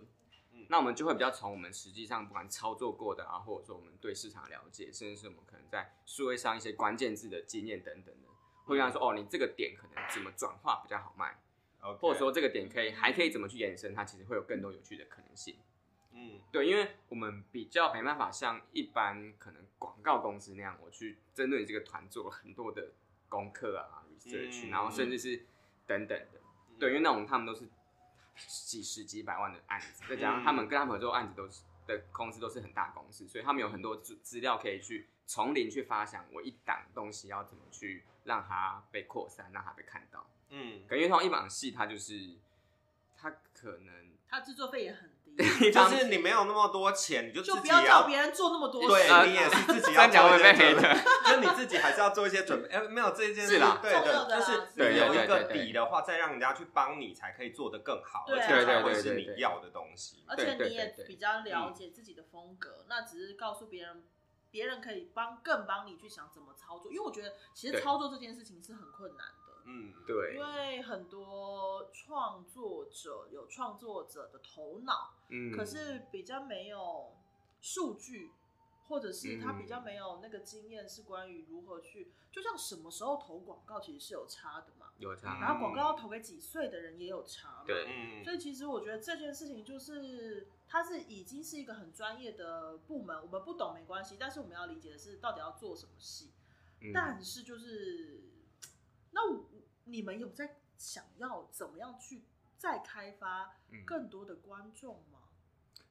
Speaker 2: 嗯
Speaker 4: 那我们就会比较从我们实际上不管操作过的啊，或者说我们对市场的了解，甚至是我们可能在数位上一些关键字的经验等
Speaker 2: 嗯
Speaker 4: 等的，会跟他说哦，你这个点可能怎么转化比较好卖，
Speaker 2: ，OK，
Speaker 4: 或者说这个点可以还可以怎么去延伸，它其实会有更多有趣的可能性。
Speaker 2: 嗯
Speaker 4: 对，因为我们比较没办法像一般可能广告公司那样，我去针对这个团做了很多的功课啊、research，、
Speaker 2: 嗯
Speaker 4: 然后甚至是等等的。对，因为那种他们都是几十几百万的案子，再加上
Speaker 2: 嗯
Speaker 4: 他们跟他们合作的案子都是的公司都是很大公司，所以他们有很多资资料可以去从零去发想，我一档东西要怎么去让它被扩散，让它被看到。
Speaker 2: 嗯
Speaker 4: 可能因为通常一档戏，它就是它可能
Speaker 3: 他制作费也很
Speaker 4: (laughs)
Speaker 3: 低， (laughs)
Speaker 2: 就
Speaker 4: 一档
Speaker 2: (laughs) 是你没有那么多钱，你就
Speaker 3: 就
Speaker 2: 自
Speaker 3: 不
Speaker 2: 己
Speaker 3: 要
Speaker 2: 也
Speaker 3: 叫别人做那么多事，啊
Speaker 4: 呃
Speaker 2: 对你也是自己要
Speaker 4: 三角
Speaker 2: 做一
Speaker 4: 会被
Speaker 2: 些
Speaker 4: 黑
Speaker 2: 准备， (laughs)
Speaker 4: 的。
Speaker 2: 就你自己还是要做一些准备。哎，没有这件事
Speaker 4: 是啦
Speaker 2: 对
Speaker 3: 重要的啦
Speaker 2: 的，就是
Speaker 4: 对
Speaker 2: 你
Speaker 4: 对
Speaker 2: 有一
Speaker 4: 对
Speaker 2: 个
Speaker 4: 对
Speaker 2: 底的话，再让人家去帮你，才可以做得更好，
Speaker 3: 对
Speaker 2: 而
Speaker 3: 啊
Speaker 2: 且才会
Speaker 4: 对对
Speaker 2: 是
Speaker 4: 对
Speaker 2: 你
Speaker 4: 对
Speaker 2: 要的东西。
Speaker 3: 而且你也
Speaker 4: 对对对对
Speaker 3: 比较
Speaker 2: 嗯
Speaker 3: 了解自己的风格，那只是告诉别人，别人可以帮更帮你去想怎么操作，因为我觉得其实
Speaker 4: 对
Speaker 3: 操作这件事情是很困难的，
Speaker 2: 嗯，
Speaker 4: 对
Speaker 3: 因，为很多创作者有创作者的头脑，
Speaker 4: 嗯
Speaker 3: 可是比较没有数据。或者是他比较
Speaker 4: 嗯
Speaker 3: 没有那个经验，是关于如何去，就像什么时候投广告其实是有差的嘛，
Speaker 4: 有
Speaker 2: 嗯
Speaker 4: 差，
Speaker 3: 然后广告要投给几岁的人也有差嘛，
Speaker 4: 对
Speaker 2: 嗯
Speaker 3: 所以其实我觉得这件事情就是，它是已经是一个很专业的部门，我们不懂没关系，但是我们要理解的是到底要做什么戏。
Speaker 4: 嗯
Speaker 3: 但是就是，那我你们有在想要怎么样去再开发
Speaker 4: 嗯
Speaker 3: 更多的观众吗？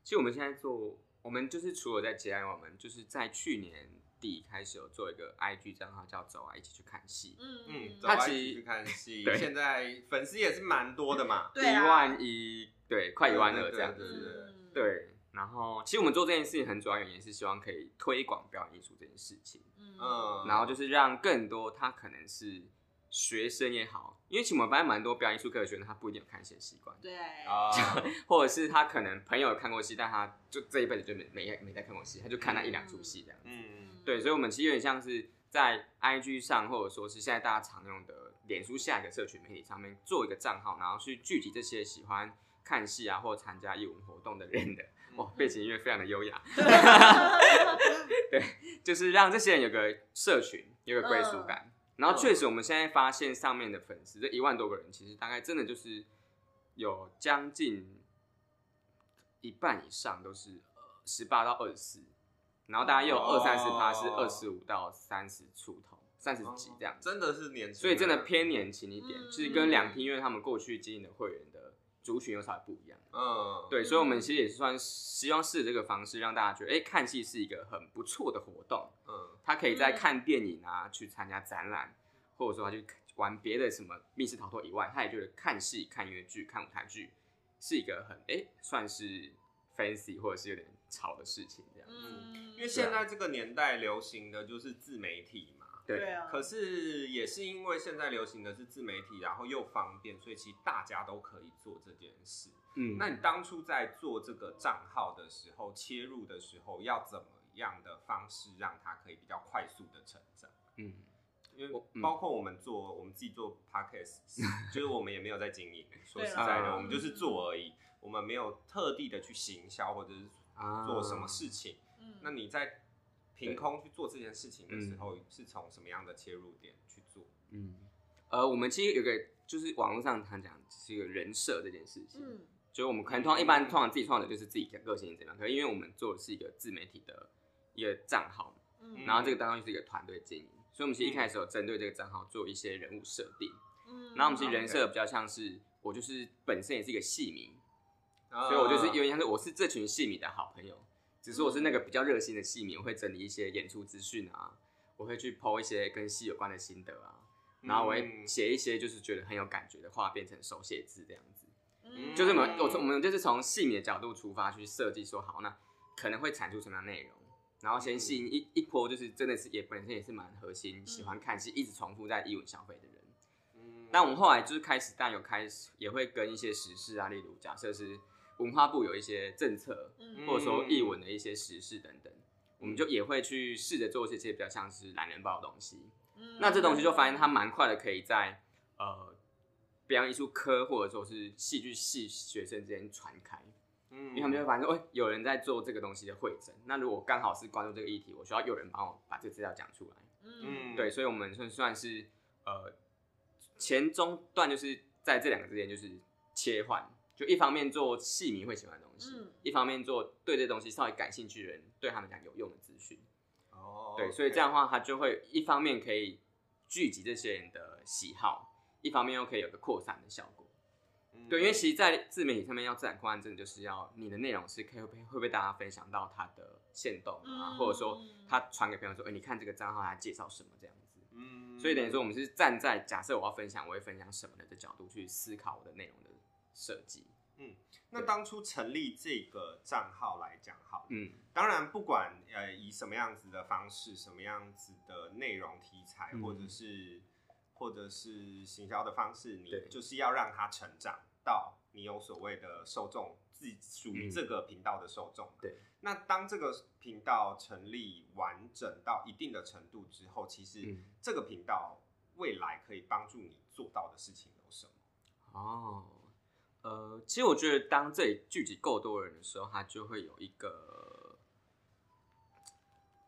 Speaker 4: 其实我们现在做，我们就是除了在接案，我们就是在去年底开始有做一个 IG 账号叫“走啊，一起去看戏
Speaker 3: 嗯
Speaker 2: 嗯，
Speaker 4: 他
Speaker 2: 走啊
Speaker 4: 其实
Speaker 2: 一起去看戏，
Speaker 4: 对
Speaker 2: 现在粉丝也是蛮多的
Speaker 3: (laughs)
Speaker 2: 嘛”，。
Speaker 4: 一
Speaker 3: 对啊，
Speaker 4: 万一，对，快一万
Speaker 2: 对
Speaker 4: 二
Speaker 2: 对
Speaker 4: 这样
Speaker 2: 对
Speaker 4: 子。
Speaker 3: 嗯，
Speaker 4: 对，然后其实我们做这件事情很主要原因是希望可以推广表演艺术这件事情，
Speaker 3: 嗯
Speaker 2: 嗯
Speaker 4: 然后就是让更多他可能是学生也好，因为其实我们班蛮多表演艺术课的学生，他不一定有看戏的习惯，
Speaker 3: 对，
Speaker 2: 啊，
Speaker 4: 或者是他可能朋友有看过戏，但他就这一辈子就没没没再看过戏，他就看那一两出戏这样子。 (laughs)
Speaker 2: 嗯，
Speaker 4: 对，所以我们其实有点像是在 IG 上，或者说是现在大家常用的脸书下一个社群媒体上面做一个账号，然后去聚集这些喜欢看戏啊或参加义文活动的人的。 (laughs) 哇，背景音乐非常的优雅，就是让这些人有个社群，有个归属感。然后确实，我们现在发现上面的粉丝这一万多个人，其实大概真的就是有将近一半以上都是呃十八到二十四，然后大概也有二
Speaker 2: 哦
Speaker 4: 三十趴是二十五到三十出头，三十几哦这样子，
Speaker 2: 真的是年轻，
Speaker 4: 所以真的，偏年轻一点，
Speaker 3: 嗯
Speaker 4: 就是跟两厅院他们过去经营的会员的族群有啥不一样。
Speaker 2: 嗯，
Speaker 4: 对，所以我们其实也是算希望试着这个方式，让大家觉得，哎、看戏是一个很不错的活动。
Speaker 2: 嗯，
Speaker 4: 他可以在看电影啊，去参加展览，或者说他去玩别的什么密室逃脱以外，他也觉得看戏、看音乐剧、看舞台剧是一个很哎、算是 fancy 或者是有点潮的事情这样。
Speaker 3: 嗯，
Speaker 2: 因为现在这个年代流行的就是自媒体嘛。
Speaker 3: 对啊，
Speaker 2: 可是也是因为现在流行的是自媒体，然后又方便，所以其实大家都可以做这件事。
Speaker 4: 嗯
Speaker 2: 那你当初在做这个账号的时候，切入的时候要怎么样的方式让它可以比较快速的成长？
Speaker 4: 嗯，
Speaker 2: 因为
Speaker 4: 我嗯
Speaker 2: 包括我们做我们自己做
Speaker 4: (laughs)
Speaker 2: podcast，就是我们也没有在经营，说
Speaker 3: 对
Speaker 2: 实
Speaker 3: 啦
Speaker 2: 在的，
Speaker 4: 嗯
Speaker 2: 我们就是做而已，我们没有特地的去行销或者是
Speaker 4: 啊
Speaker 2: 做什么？事情。
Speaker 3: 嗯
Speaker 2: 那你在凭空去做这件事情的时候，是从什么样的切入点去做？
Speaker 4: 嗯，呃，我们其实有个就是网络上常讲是一个人设这件事情，
Speaker 3: 嗯
Speaker 4: 就是我们可能通常一般通常自己创的就是自己的个性怎么样，可是因为我们做的是一个自媒体的一个账号嘛
Speaker 3: 嗯
Speaker 4: 然后这个当中就是一个团队经营，所以我们其实一开始有针对这个账号做一些人物设定，
Speaker 3: 嗯
Speaker 4: 然后我们其实人设比较像是我就是本身也是一个戏迷，
Speaker 2: 所
Speaker 4: 所以我
Speaker 2: 嗯啊
Speaker 4: 就是有点像是我是这群戏迷的好朋友，只是我是那个比较热心的戏迷，我会整理一些演出资讯啊，我会去剖一些跟戏有关的心得啊，然后我
Speaker 2: 嗯
Speaker 4: 会写一些就是觉得很有感觉的话变成手写字这样子，
Speaker 3: 嗯
Speaker 4: 就是我们
Speaker 2: 嗯
Speaker 4: 我从我们就是从戏迷的角度出发去设计说好那可能会产出什么样的内容，然后先吸引一一波就是真的是也本身也是蛮核心喜欢看戏一直重复在艺文消费的人。
Speaker 2: 嗯
Speaker 4: 那我们后来就是开始，但有开始也会跟一些时事啊，例如假设是文化部有一些政策，
Speaker 3: 嗯
Speaker 4: 或者说译文的一些时事等等，我们就也会去试着做这些比较像是懒人包的东西。
Speaker 3: 嗯
Speaker 4: 那这东西就发现它蛮快的，可以在呃表演艺术科或者说是戏剧系学生之间传开，
Speaker 2: 因
Speaker 4: 因
Speaker 3: 嗯
Speaker 4: 为他们就会发现说，哎、有人在做这个东西的会诊。那如果刚好是关注这个议题，我需要有人帮我把这个资料讲出来。
Speaker 3: 嗯
Speaker 4: 对，所以我们算算是呃前中段就是在这两个之间就是切换，就一方面做戏迷会喜欢的东西，
Speaker 3: 嗯
Speaker 4: 一方面做对这东西稍微感兴趣的人对他们讲有用的资讯。
Speaker 2: 哦
Speaker 4: 对，所以这样的话，它就会一方面可以聚集这些人的喜好，一方面又可以有个扩散的效果。
Speaker 2: 嗯
Speaker 4: 对，因为其实，在自媒体上面要自然扩散，真的就是要你的内容是可以会被会被大家分享到他的线动啊，
Speaker 3: 嗯
Speaker 4: 或者说他传给朋友说，哎、你看这个账号他介绍什么这样子。
Speaker 2: 嗯
Speaker 4: 所以等于说，我们是站在假设我要分享，我会分享什么的角度去思考我的内容的设计。
Speaker 2: 那当初成立这个账号来讲好了，
Speaker 4: 嗯，
Speaker 2: 当然不管呃以什么样子的方式、什么样子的内容题材，
Speaker 4: 嗯
Speaker 2: 或者是或者是行销的方式，你
Speaker 4: 对
Speaker 2: 就是要让它成长到你有所谓的受众，自属于
Speaker 4: 嗯
Speaker 2: 这个频道的受众嘛。
Speaker 4: 对
Speaker 2: 那当这个频道成立完整到一定的程度之后，其实
Speaker 4: 嗯
Speaker 2: 这个频道未来可以帮助你做到的事情有什么？
Speaker 4: 哦，呃，其实我觉得当这里聚集够多人的时候，它就会有一个，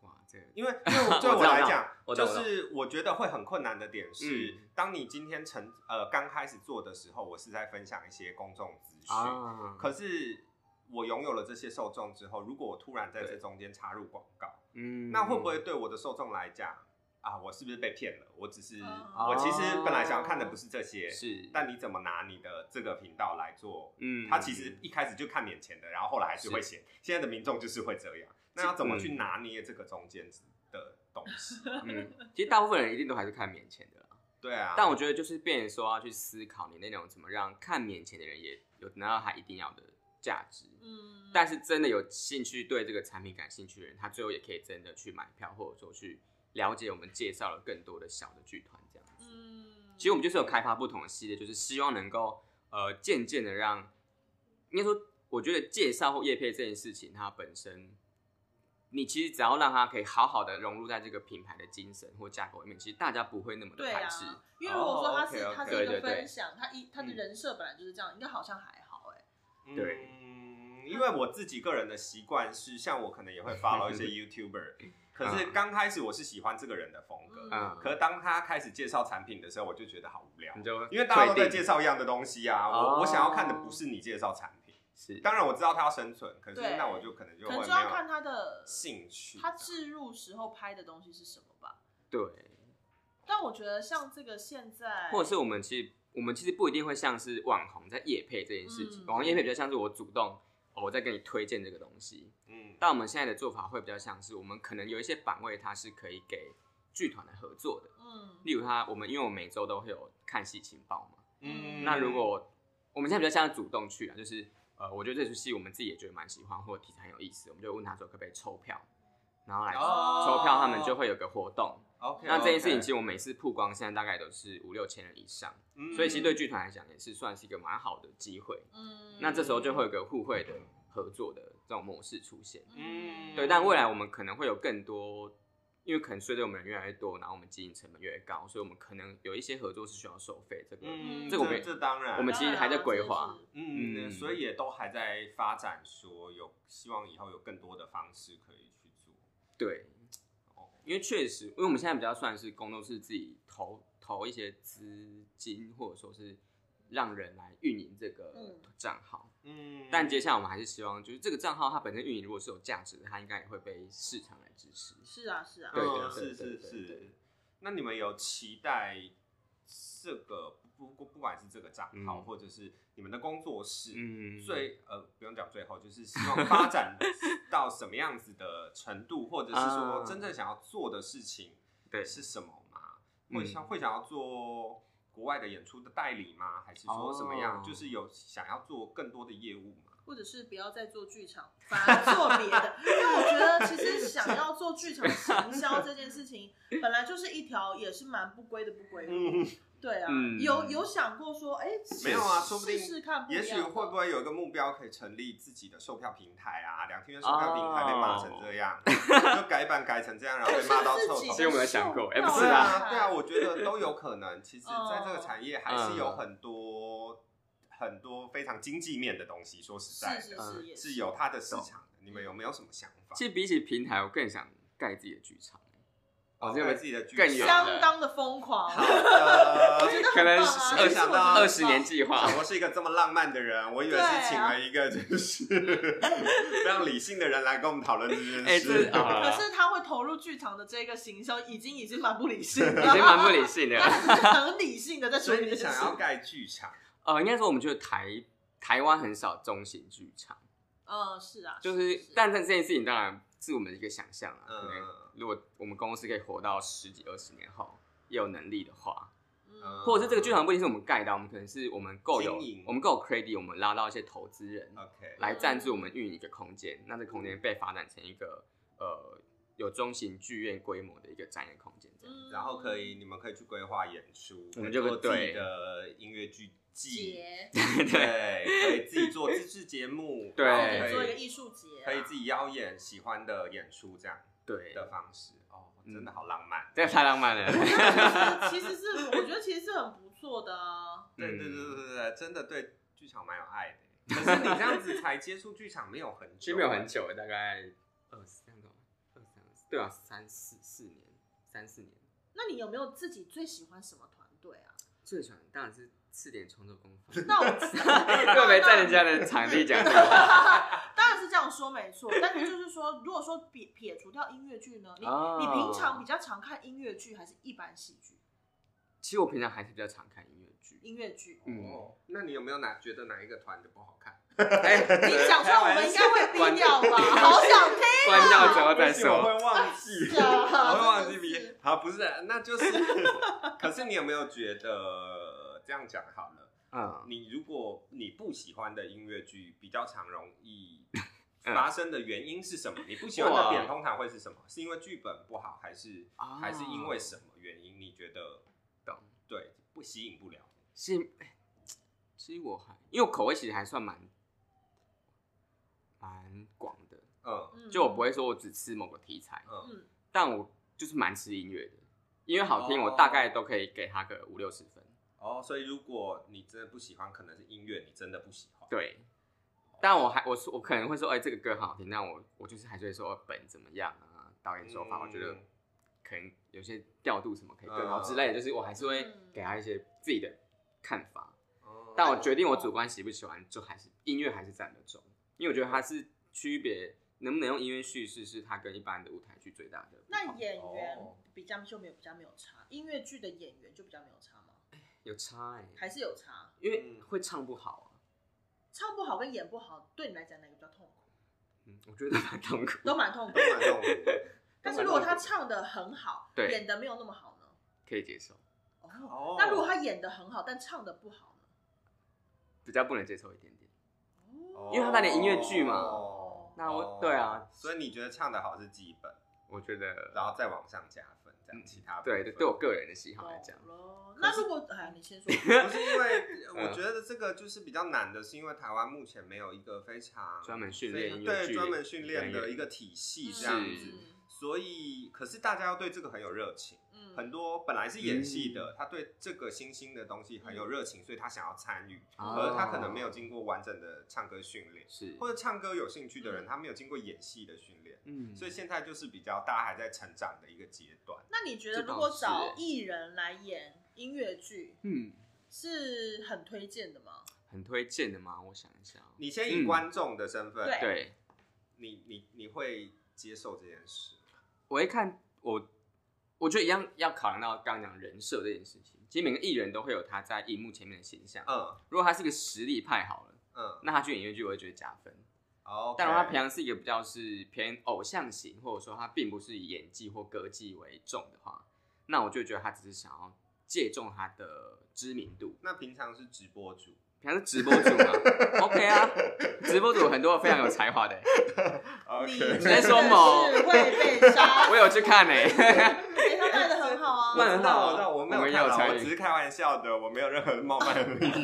Speaker 4: 哇，这个 (laughs)
Speaker 2: 因为因为对
Speaker 4: 我
Speaker 2: 我
Speaker 4: 知道
Speaker 2: 来讲，
Speaker 4: 我
Speaker 2: 就
Speaker 4: 懂我懂
Speaker 2: 是我觉得会很困难的点是，
Speaker 4: 嗯
Speaker 2: 当你今天成呃刚开始做的时候，我是在分享一些公众资讯，
Speaker 4: 啊，
Speaker 2: 可是我拥有了这些受众之后，如果我突然在这
Speaker 4: 对
Speaker 2: 中间插入广告，
Speaker 4: 嗯
Speaker 2: 那会不会对我的受众来讲啊，我是不是被骗了？我只是、
Speaker 3: 哦
Speaker 2: 我其实本来想要看的不是这些，
Speaker 4: 是？
Speaker 2: 但你怎么拿你的这个频道来做？
Speaker 4: 嗯
Speaker 2: 他其实一开始就看眼前的，然后后来还是会写。现在的民众就是会这样，那要怎么去拿捏这个中间的东西？
Speaker 4: 嗯，其实大部分人一定都还是看面前的啦。
Speaker 2: 对啊，
Speaker 4: 但我觉得就是变成说要去思考你那种怎么让看面前的人也有拿到他一定要的价值。
Speaker 3: 嗯，
Speaker 4: 但是真的有兴趣对这个产品感兴趣的人，他最后也可以真的去买票，或者说去了解我们介绍了更多的小的剧团这样子。
Speaker 3: 嗯，
Speaker 4: 其实我们就是有开发不同的系列，就是希望能够呃渐渐的让，应该说，我觉得介绍或业配这件事情，它本身，你其实只要让它可以好好的融入在这个品牌的精神或架构里面，其实大家不会那么的
Speaker 3: 对
Speaker 4: 排
Speaker 3: 啊
Speaker 4: 斥。，
Speaker 3: 因为如果说他是
Speaker 2: 哦，OK，OK，
Speaker 3: 他是一
Speaker 4: 对对
Speaker 3: 个
Speaker 4: 对嗯
Speaker 3: 分享，他一他的人设本来就是这样，应该好像还好哎。
Speaker 4: 对
Speaker 2: 嗯，因为我自己个人的习惯是，像我可能也会 follow 一些
Speaker 4: (laughs)
Speaker 2: YouTuber，可是刚开始我是喜欢这个人的风格，
Speaker 4: 啊嗯，
Speaker 2: 可是当他开始介绍产品的时候，我就觉得好无聊
Speaker 3: 啊
Speaker 4: 你，就
Speaker 2: 因为大家都在
Speaker 4: 退订
Speaker 2: 介绍一样的东西啊，我
Speaker 4: 哦
Speaker 2: 我想要看的不是你介绍产品。
Speaker 4: 是
Speaker 2: 当然我知道他要生存，可是
Speaker 3: 对
Speaker 2: 那我就可能就
Speaker 3: 可
Speaker 2: 会
Speaker 3: 能
Speaker 2: 没
Speaker 3: 就要看
Speaker 2: 有
Speaker 3: 他的
Speaker 2: 兴趣。
Speaker 3: 他置入时候拍的东西是什么吧。
Speaker 4: 对，
Speaker 3: 但我觉得像这个现在，
Speaker 4: 或者是我们其实我们其实不一定会像是网红在夜配这件事情，
Speaker 3: 嗯
Speaker 4: 网红夜配比较像是我主动、哦、我在跟你推荐这个东西，
Speaker 2: 嗯，
Speaker 4: 但我们现在的做法会比较像是我们可能有一些版位它是可以给剧团来合作的，
Speaker 3: 嗯，
Speaker 4: 例如他我们因为我们每周都会有看戏情报嘛，
Speaker 2: 嗯
Speaker 4: 那如果我们现在比较像是主动去啊，就是呃，我觉得这出戏我们自己也觉得蛮喜欢，或者题材很有意思，我们就问他说可不可以抽票，然后来
Speaker 2: 哦
Speaker 4: 抽票，他们就会有个活动。
Speaker 2: OK，
Speaker 4: 那这件事情，其
Speaker 2: 就
Speaker 4: 实我每次曝光现在大概都是五六千人以上，所以其实
Speaker 2: 实
Speaker 4: 对剧团来讲也是算是一个蛮好的机会。
Speaker 3: 嗯，
Speaker 4: 那这时候就会有个互惠的合作的这种模式出现。
Speaker 2: 嗯
Speaker 4: 对，但未来我们可能会有更多，因为可能随着我们人越来越多，然后我们经营成本越来越高，所以我们可能有一些合作是需要收费。这个
Speaker 2: 嗯，
Speaker 4: 这
Speaker 2: 这
Speaker 4: 个我们
Speaker 2: 这当然
Speaker 4: 我们其实还在规
Speaker 3: 当
Speaker 4: 划
Speaker 3: 然啊
Speaker 2: 嗯，
Speaker 4: 嗯
Speaker 2: 所以也都还在发展，说有希望以后有更多的方式可以去做。
Speaker 4: 对，哦因为确实，因为我们现在比较算是工作室自己投投一些资金，或者说是让人来运营这个
Speaker 3: 嗯
Speaker 4: 账号。
Speaker 2: 嗯
Speaker 4: 但接下来我们还是希望，就是这个账号它本身运营如果是有价值的，它应该也会被市场来支持。
Speaker 3: 这是是啊是啊，
Speaker 2: 嗯
Speaker 4: 对对对
Speaker 2: 是是
Speaker 4: 对对对
Speaker 2: 是。那你们有期待这个不不不管是这个账号，
Speaker 4: 嗯
Speaker 2: 或者是你们的工作室，
Speaker 4: 嗯，
Speaker 2: 最呃不用讲最后，就是希望发
Speaker 4: (laughs)
Speaker 2: 展到什么样子的程度，或者是说
Speaker 4: 啊
Speaker 2: 真正想要做的事情
Speaker 4: 对
Speaker 2: 是什么吗？
Speaker 4: 嗯
Speaker 2: 会想会想要做国外的演出的代理吗？还是说什么样？
Speaker 4: 哦
Speaker 2: 就是有想要做更多的业务吗？
Speaker 3: 或者是不要再做剧场，反而做别的，因为我觉得其实想要做剧场行销这件事情，本来就是一条也是蛮不归的不归路。
Speaker 2: 嗯，
Speaker 3: 对啊，
Speaker 4: 嗯
Speaker 3: 有有想过说，哎，
Speaker 2: 没有啊
Speaker 3: 试
Speaker 2: 说不定
Speaker 3: 试试看不一
Speaker 2: (laughs) 也
Speaker 3: 样的，
Speaker 2: 许会不会有一个目标可以成立自己的售票平台啊？两厅院售票平台被骂成
Speaker 4: 哦
Speaker 2: 这样，就改版改成这样，然后被骂到
Speaker 3: (laughs)
Speaker 2: 臭
Speaker 3: 自己的
Speaker 2: 头
Speaker 4: 其。实我们有想过哎不是
Speaker 2: 对
Speaker 4: 啊
Speaker 2: 啊，对啊，我觉得都有可能。其实，在
Speaker 3: 哦
Speaker 2: 这个产业还是有
Speaker 4: 嗯
Speaker 2: 很多、很多非常经济面的东西。说实在嗯
Speaker 3: 是是
Speaker 2: 的，
Speaker 3: 是也
Speaker 2: 是有它的市场的。你们有没有什么想法？
Speaker 4: 其实比起平台，我更想盖自己的剧场，
Speaker 2: 哦
Speaker 4: 我觉得
Speaker 2: 在自己的剧
Speaker 4: 更有
Speaker 2: 场
Speaker 3: 相当的疯狂。
Speaker 2: 好
Speaker 4: (laughs)
Speaker 2: 的，
Speaker 3: 我觉得
Speaker 4: 可
Speaker 3: 很棒
Speaker 4: 能
Speaker 3: 啊，
Speaker 4: 是
Speaker 3: 其实我觉
Speaker 2: 想
Speaker 3: 得
Speaker 2: 到
Speaker 3: 很棒
Speaker 4: 二十年计划。
Speaker 2: 我是一个这么浪漫的人，我以为是请
Speaker 3: 啊
Speaker 2: 了一个就是 (laughs) 非常理性的人来跟我们讨论这
Speaker 4: 哎，
Speaker 2: 件
Speaker 4: 这
Speaker 2: 事。
Speaker 4: 啊
Speaker 3: 可是他会投入剧场的这个行销，已经已经蛮不理性了，
Speaker 4: 已经蛮不理性的。
Speaker 3: (laughs) 他只是很理性的在处
Speaker 2: (laughs) 所
Speaker 3: 理
Speaker 2: 以
Speaker 3: 这
Speaker 2: 你
Speaker 3: 件
Speaker 2: 想
Speaker 3: 事。
Speaker 2: 要
Speaker 3: (laughs)
Speaker 2: 盖剧场，
Speaker 4: 呃，应该说我们觉得台台湾很少中型剧场，
Speaker 3: 嗯，是啊，
Speaker 4: 就是，但但这件事情当然是我们的一个想象啊。
Speaker 2: 嗯
Speaker 4: 可能如果我们公司可以活到十几二十年后，也有能力的话，
Speaker 3: 嗯
Speaker 4: 或者是这个剧场不一定是我们盖到，我们可能是我们够有
Speaker 2: 经营，
Speaker 4: 我们够有 credit，我们拉到一些投资人
Speaker 2: OK，
Speaker 4: 来赞助我们运营一个空间，那这空间被发展成一个呃有中型剧院规模的一个展演空间，这 (laughs) 样。
Speaker 3: 嗯
Speaker 2: 然后可以，你们可以去规划演出，
Speaker 4: 我们就
Speaker 2: 可以做自己
Speaker 4: 对
Speaker 2: 的音乐剧季，
Speaker 3: 节，
Speaker 2: (laughs) 对，可以自己做自制节目，
Speaker 4: 对
Speaker 3: 然后可
Speaker 2: 然
Speaker 3: 以
Speaker 2: 后
Speaker 3: 做一
Speaker 2: 可
Speaker 3: 个
Speaker 2: 以
Speaker 3: 艺术节啊，
Speaker 2: 可
Speaker 3: (laughs)
Speaker 2: 以自己邀演喜欢的演出这样
Speaker 4: 对，
Speaker 2: 的方式，哦，
Speaker 4: 嗯
Speaker 2: 真的好浪漫，
Speaker 4: 这个太浪漫 (laughs) 了。
Speaker 3: 其实是我觉得其实是很不错的啊。
Speaker 2: 对对对
Speaker 4: 嗯
Speaker 2: 对对对，真的对剧场蛮有爱的。可是你这样子才接触剧场没有很久，
Speaker 4: 其实嗯没有很，久，欸大概二十这样多，二三对啊，三四四年，三四年。
Speaker 3: 那你有没有自己最喜欢什么团队啊？
Speaker 4: 最喜欢当然是次点创作工 (laughs) 坊，
Speaker 3: 那我知道
Speaker 4: 又没在人家的场地讲这个话。 (laughs)
Speaker 3: 当然是这样说没错，但是就是说，如果说撇撇除掉音乐剧呢，你、
Speaker 4: 哦
Speaker 3: 你平常比较常看音乐剧还是一般喜剧？
Speaker 4: 其实我平常还是比较常看音乐剧。
Speaker 3: 音乐剧，
Speaker 4: 嗯，
Speaker 2: 哦，那你有没有哪觉得哪一个团的不好看？
Speaker 4: 哎，
Speaker 3: 你讲出来我们应该
Speaker 4: (laughs)
Speaker 3: 会
Speaker 4: 关
Speaker 3: 逼掉吧？好想听
Speaker 4: (laughs) 关掉之后再
Speaker 2: 不行我
Speaker 4: 说。
Speaker 2: 会忘记。
Speaker 3: 啊！
Speaker 2: (laughs) 我会忘记
Speaker 3: 真的是
Speaker 2: 别好，不是，啊那就是。 (laughs) 可是你有没有觉得这样讲好了？
Speaker 4: 嗯，
Speaker 2: 你如果你不喜欢的音乐剧，比较常容
Speaker 4: (laughs)
Speaker 2: 易发生的原因是什么？你不喜欢的点
Speaker 4: 哇
Speaker 2: 通常会是什么？是因为剧本不好，还是、
Speaker 4: 啊
Speaker 2: 还是因为什么原因？你觉得
Speaker 4: 懂。
Speaker 2: 对不吸引不了你？
Speaker 4: 是，哎其实我还因为我口味其实还算蛮蛮广的，
Speaker 2: 嗯
Speaker 3: 嗯
Speaker 4: 就我不会说我只吃某个题材。
Speaker 2: 嗯
Speaker 3: 嗯
Speaker 4: 但我就是蛮吃音乐的，音乐好听，
Speaker 2: 哦
Speaker 4: 我大概都可以给他个五六十分。
Speaker 2: 哦，所以如果你真的不喜欢，可能是音乐你真的不喜欢。
Speaker 4: 对，但我还我说我可能会说，哎、这个歌很好听，但我我就是还是会说哦本怎么样啊，导演手法，
Speaker 2: 嗯
Speaker 4: 我觉得可能有些调度什么可以更好
Speaker 2: 嗯
Speaker 4: 之类的，就是我还是会
Speaker 3: 嗯
Speaker 4: 给他一些自己的看法。
Speaker 2: 哦，
Speaker 4: 但我决定我主观喜不喜欢，就还是音乐还是占了重，因为我觉得它是区别能不能用音乐叙事，是它跟一般的舞台剧最大的不
Speaker 3: 那
Speaker 4: 同。
Speaker 3: 演员
Speaker 2: 哦
Speaker 3: 比较就没有比较没有差，音乐剧的演员就比较没有差吗？
Speaker 4: 有差哎、
Speaker 3: 还是有差？
Speaker 4: 因为会唱不好啊。
Speaker 3: 唱不好跟演不好，对你来讲哪个比较痛苦？
Speaker 4: 嗯，我觉得蛮痛苦。
Speaker 3: 都蛮痛苦
Speaker 2: 都。蛮痛苦的
Speaker 3: 但是如果他唱的很好，
Speaker 4: 对
Speaker 3: 演的没有那么好呢？
Speaker 4: 可以接受，
Speaker 3: 哦，
Speaker 2: 哦
Speaker 3: 那如果他演的很好，但唱的不好呢？
Speaker 4: 比较不能接受一点点。
Speaker 2: 哦
Speaker 4: 因为他在演音乐剧嘛
Speaker 2: 哦
Speaker 4: 那我
Speaker 2: 哦
Speaker 4: 对啊，
Speaker 2: 所以你觉得唱的好是基本，
Speaker 4: 我觉得，
Speaker 2: 然后再往上加分，这样
Speaker 4: 嗯
Speaker 2: 其他部
Speaker 4: 对
Speaker 2: 分
Speaker 4: 对，对我个人的喜好来
Speaker 3: 懂
Speaker 4: 讲，
Speaker 3: 了。那如果哎，你
Speaker 4: (laughs)
Speaker 3: 先说。
Speaker 2: 不是因为呃
Speaker 4: 嗯
Speaker 2: 我觉得这个就是比较难的，是因为台湾目前没有一个非常
Speaker 4: 专门训练音乐
Speaker 2: 对
Speaker 4: 剧
Speaker 2: 专门训练的一个
Speaker 4: 人员
Speaker 2: 体系
Speaker 4: 是
Speaker 3: 嗯
Speaker 2: 这样子，所以可是大家要对这个很有热情。
Speaker 3: 嗯
Speaker 2: 很多本来是演戏
Speaker 4: 嗯
Speaker 2: 的，他对这个新兴的东西很有热情，所以他想要参与，
Speaker 4: 哦
Speaker 2: 而他可能没有经过完整的唱歌训练，
Speaker 4: 是，
Speaker 2: 或者唱歌有兴趣的人，
Speaker 3: 嗯
Speaker 2: 他没有经过演戏的训练，
Speaker 4: 嗯
Speaker 2: 所以现在就是比较大家还在成长的一个阶段。
Speaker 3: 那你觉得
Speaker 4: 这倒
Speaker 3: 如果
Speaker 4: 是
Speaker 3: 找
Speaker 4: 欸
Speaker 3: 艺人来演音乐剧，
Speaker 4: 嗯，
Speaker 3: 是很推荐的吗？
Speaker 4: 很推荐的吗？我想一下哦，
Speaker 2: 你先以
Speaker 4: 嗯
Speaker 2: 观众的身份，
Speaker 3: 对
Speaker 4: 对
Speaker 2: 你你你会接受这件事？
Speaker 4: 我一看我，我觉得一样要考量到刚刚讲人设这件事情。其实每个艺人都会有他在荧幕前面的形象。
Speaker 2: 嗯
Speaker 4: 如果他是个实力派好了，
Speaker 2: 嗯，
Speaker 4: 那他去演音乐剧，我会觉得加分。
Speaker 2: 哦，
Speaker 4: 但如果他平常是一个比较是偏偶像型，或者说他并不是以演技或歌技为重的话，那我就觉得他只是想要借重他的知名度。
Speaker 2: 那平常是直播主，
Speaker 4: 平常是直播主嘛，OK 啊，直播主很多非常有才华的欸、
Speaker 3: 你
Speaker 4: 你
Speaker 3: 真
Speaker 4: 在
Speaker 3: 的
Speaker 4: 说某
Speaker 3: 是会
Speaker 4: (laughs)
Speaker 3: 被杀
Speaker 4: 我有去看欸呢、 (laughs)
Speaker 3: 哎他卖的很好啊，
Speaker 4: 卖得
Speaker 2: 知
Speaker 4: 很
Speaker 2: 道，
Speaker 4: 好啊
Speaker 2: 我知道，我没有
Speaker 4: 我们
Speaker 2: 看
Speaker 4: 有
Speaker 2: 到，
Speaker 4: 参
Speaker 2: 我
Speaker 4: 与
Speaker 2: 只是开玩笑的，我没有任何冒犯的意思，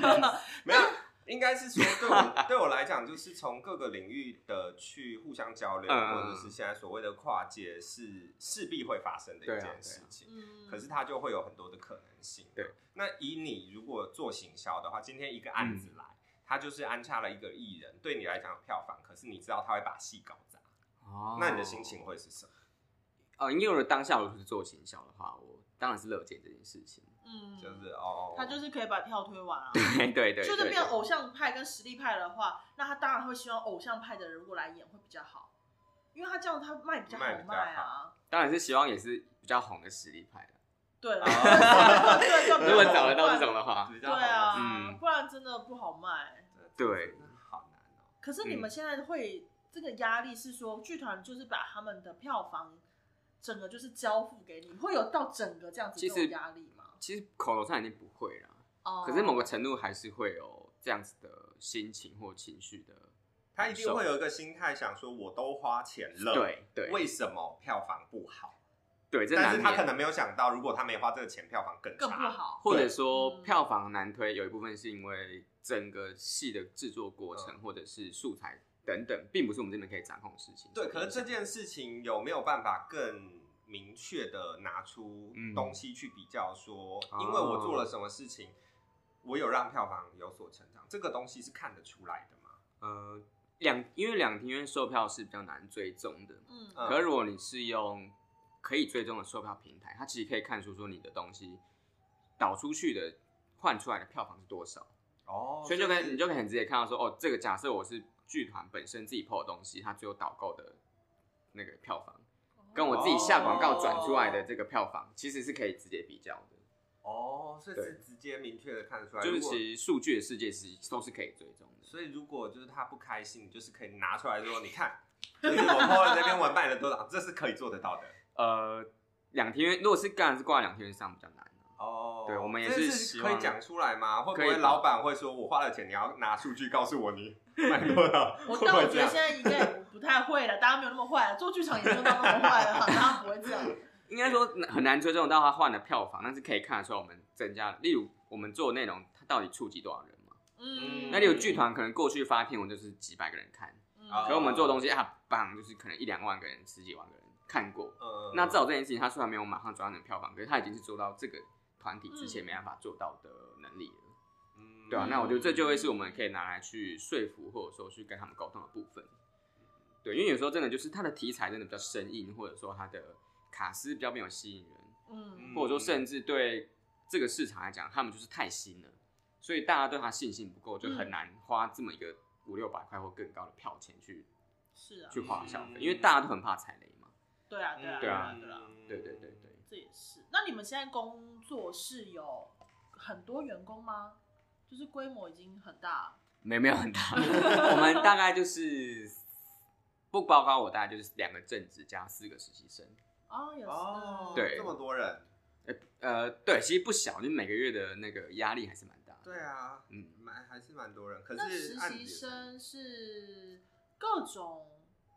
Speaker 2: 没有，应该是说对我对我来讲，就是从各个领域的去互相交流，
Speaker 4: 嗯嗯嗯
Speaker 2: 或者是现在所谓的跨界是势必会发生的
Speaker 4: 对
Speaker 2: 一
Speaker 4: 啊
Speaker 2: 件事情。
Speaker 3: 嗯
Speaker 2: 可是它就会有很多的可能性。
Speaker 4: 对，
Speaker 2: 那以你如果做行销的话，今天一个案子来，
Speaker 4: 嗯
Speaker 2: 它就是安插了一个艺人，对你来讲有票房，可是你知道他会把戏搞砸，
Speaker 4: 哦
Speaker 2: 那你的心情会是什么？
Speaker 4: 呃，因为我的当下我是做行销的话，我当然是乐见这件事情。 (laughs)
Speaker 3: 嗯，
Speaker 2: 就是哦，
Speaker 3: 他就是可以把票推完啊。
Speaker 4: 对对对，
Speaker 3: 就是
Speaker 4: 对
Speaker 3: 变
Speaker 4: 对
Speaker 3: 偶像派跟实力派的话，那他当然会希望偶像派的人如果来演会比较好，因为他这样他卖比较好
Speaker 2: 卖比较
Speaker 3: 卖啊。
Speaker 4: 当然是希望也是比较红的实力派的。
Speaker 3: 对啦，
Speaker 4: (laughs)
Speaker 2: 哦
Speaker 3: 对，就比较
Speaker 4: 如果找
Speaker 3: 好
Speaker 4: 得到
Speaker 3: 卖
Speaker 4: 这种的话，
Speaker 2: 比
Speaker 3: 对
Speaker 2: 较好
Speaker 3: 啊，
Speaker 4: 嗯
Speaker 3: 不然真的不好卖。
Speaker 4: 对，
Speaker 2: 好难哦。
Speaker 3: 可是
Speaker 4: 嗯
Speaker 3: 你们现在会、这个压力是说，剧团就是把他们的票房整个就是交付给你，会有到整个这样子这
Speaker 4: 其实
Speaker 3: 种压力吗？
Speaker 4: 其实口头上已经不会了，
Speaker 3: 哦
Speaker 4: 可是某个程度还是会有这样子的心情或情绪的。
Speaker 2: 他一定会有一个心态，想说我都花钱了，
Speaker 4: 对对
Speaker 2: 为什么票房不好？
Speaker 4: 对，这
Speaker 2: 但
Speaker 4: 难
Speaker 2: 是他可
Speaker 4: 免。
Speaker 2: 能没有想到，如果他没花这个钱，票房更差
Speaker 3: 哦更不好，
Speaker 4: 或者
Speaker 2: 对
Speaker 4: 说
Speaker 3: 嗯
Speaker 4: 票房难推，有一部分是因为整个戏的制作过
Speaker 2: 嗯
Speaker 4: 程或者是素材等等，并不是我们这边可以掌控的事情。
Speaker 2: 对，可是这件事情有没有办法更明确的拿出
Speaker 4: 嗯
Speaker 2: 东西去比较说，
Speaker 4: 哦
Speaker 2: 因为我做了什么事情，我有让票房有所成长，这个东西是看得出来的嘛？
Speaker 4: 呃，两因为两厅院售票是比较难追踪的，
Speaker 3: 嗯
Speaker 2: 嗯
Speaker 4: 可是如果你是用可以追踪的售票平台，它其实可以看出说你的东西导出去的换出来的票房是多少，
Speaker 2: 哦
Speaker 4: 所以就可以你就可以很直接看到说，哦，这个假设我是剧团本身自己 PO 的东西，它最后导购的那个票房，跟我自己下广告转出来的这个票房，其实是可以直接比较的，
Speaker 2: 哦，所以是
Speaker 4: 对
Speaker 2: 直接明确的看得出来，
Speaker 4: 就是
Speaker 2: 如果
Speaker 4: 其实数据的世界是都是可以追踪的。
Speaker 2: 所以如果就是他不开心，你就是可以拿出来说，你看，就是我 PO 了这篇文卖了多少，这是可以做得到的。
Speaker 4: 呃，两天院如果是当然是挂在两天院上比较难、啊。
Speaker 2: 哦
Speaker 4: 对我们也
Speaker 2: 这
Speaker 4: 是
Speaker 2: 是
Speaker 4: 希
Speaker 2: 可以
Speaker 4: 望
Speaker 2: 讲出来吗？会不
Speaker 4: 可以
Speaker 2: 会
Speaker 4: 吧
Speaker 2: 老板会说我花了钱，你要拿数据告诉我
Speaker 4: (laughs)
Speaker 2: 你卖多少？
Speaker 3: 我
Speaker 2: 会不
Speaker 3: 但我
Speaker 2: 会
Speaker 3: 觉
Speaker 2: 这
Speaker 3: 得
Speaker 2: 样
Speaker 3: 现？在应该也不太会了，大家没有那么坏了，做剧场也没有到那么坏了，大家不会这样。嗯
Speaker 4: 应该说很难追踪到他换的票房，但是可以看得出来我们增加了。例如我们做的内容，它到底触及多少人嘛？
Speaker 3: 嗯，
Speaker 4: 那例如剧团可能过去发片文就是几百个人看，
Speaker 3: 嗯
Speaker 2: 啊
Speaker 4: 可我们做的东西啊，棒，就是可能一两万个人、十几万个人看过。
Speaker 2: 呃
Speaker 4: 那至少这件事情，它虽然没有马上转换成票房，可是它已经是做到这个团体之前
Speaker 3: 嗯
Speaker 4: 没办法做到的能力了，
Speaker 2: 嗯
Speaker 4: 对啊，那我觉得这就会是我们可以拿来去说服，或者说去跟他们沟通的部分。对，因为有时候真的就是它的题材真的比较生硬，或者说它的卡斯比较没有吸引人，
Speaker 3: 嗯
Speaker 4: 或者说甚至对这个市场来讲，他们就是太新了，所以大家对他信心不够，就很
Speaker 3: 嗯
Speaker 4: 难花这么一个五六百块或更高的票钱去
Speaker 3: 是啊，
Speaker 4: 去花消费，
Speaker 2: 嗯
Speaker 4: 因为大家都很怕踩雷嘛。
Speaker 3: 对啊，对啊，
Speaker 4: 对
Speaker 3: 啊
Speaker 4: 啊，
Speaker 3: 对啊，
Speaker 4: 对对对对，
Speaker 3: 这也是。那你们现在工作室有很多员工吗？就是规模已经很大，
Speaker 4: 没没有
Speaker 3: (laughs)
Speaker 4: 很大，我们大概就是不包括我，大概就是两个正职加四个实习生。
Speaker 3: 哦，也是，
Speaker 2: 哦，
Speaker 4: 对
Speaker 2: 这么多人，
Speaker 4: 呃，对，其实不小，就是每个月的那个压力还是蛮大的。
Speaker 2: 对啊，
Speaker 4: 嗯，
Speaker 2: 蛮还是蛮多人，可
Speaker 3: 那
Speaker 2: 是
Speaker 3: 实
Speaker 2: 按
Speaker 3: 习
Speaker 2: 理
Speaker 3: 生是各种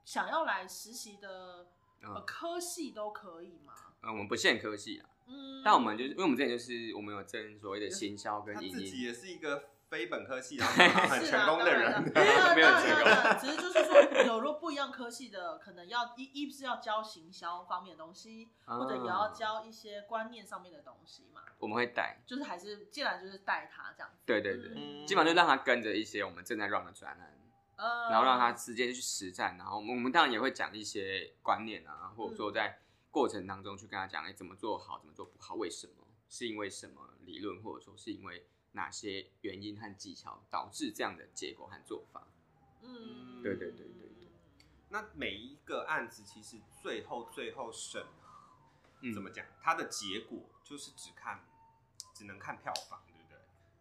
Speaker 3: 想要来实习的、呃、
Speaker 4: 嗯
Speaker 3: 科系都可以吗？
Speaker 4: 呃，我们不限科系啊，
Speaker 3: 嗯，
Speaker 4: 但我们就是因为我们之前就是我们有争所谓的行销跟
Speaker 2: 他
Speaker 4: 影
Speaker 2: 自己
Speaker 4: 音，
Speaker 2: 也是一个非本科系，然后考很成功的
Speaker 3: (laughs)
Speaker 2: 人，
Speaker 3: 对啊，
Speaker 4: (laughs) 没有
Speaker 3: 当
Speaker 4: 成
Speaker 3: 然
Speaker 4: 功
Speaker 3: 当然只是就是说，有若不一样科系的，可能要一一是要教行销方面的东西，或者也要
Speaker 4: 啊
Speaker 3: 教一些观念上面的东西嘛。
Speaker 4: 我们会带，
Speaker 3: 就是还是既然就是带他这样子，
Speaker 4: 对对对，
Speaker 3: 嗯
Speaker 4: 基本上就让他跟着一些我们正在 run 的专案，
Speaker 3: 呃，
Speaker 4: 然后让他直接去实战，然后我们我们当然也会讲一些观念啊，或者说
Speaker 2: 嗯
Speaker 4: 在过程当中去跟他讲，哎，怎么做好，怎么做不好，为什么，是因为什么理论，或者说是因为哪些原因和技巧导致这样的结果和做法。
Speaker 3: 嗯，
Speaker 4: 对对对对对
Speaker 2: 那每一个案子其实最后最后审
Speaker 4: 嗯
Speaker 2: 怎么讲，它的结果就是只看只能看票房，对不对？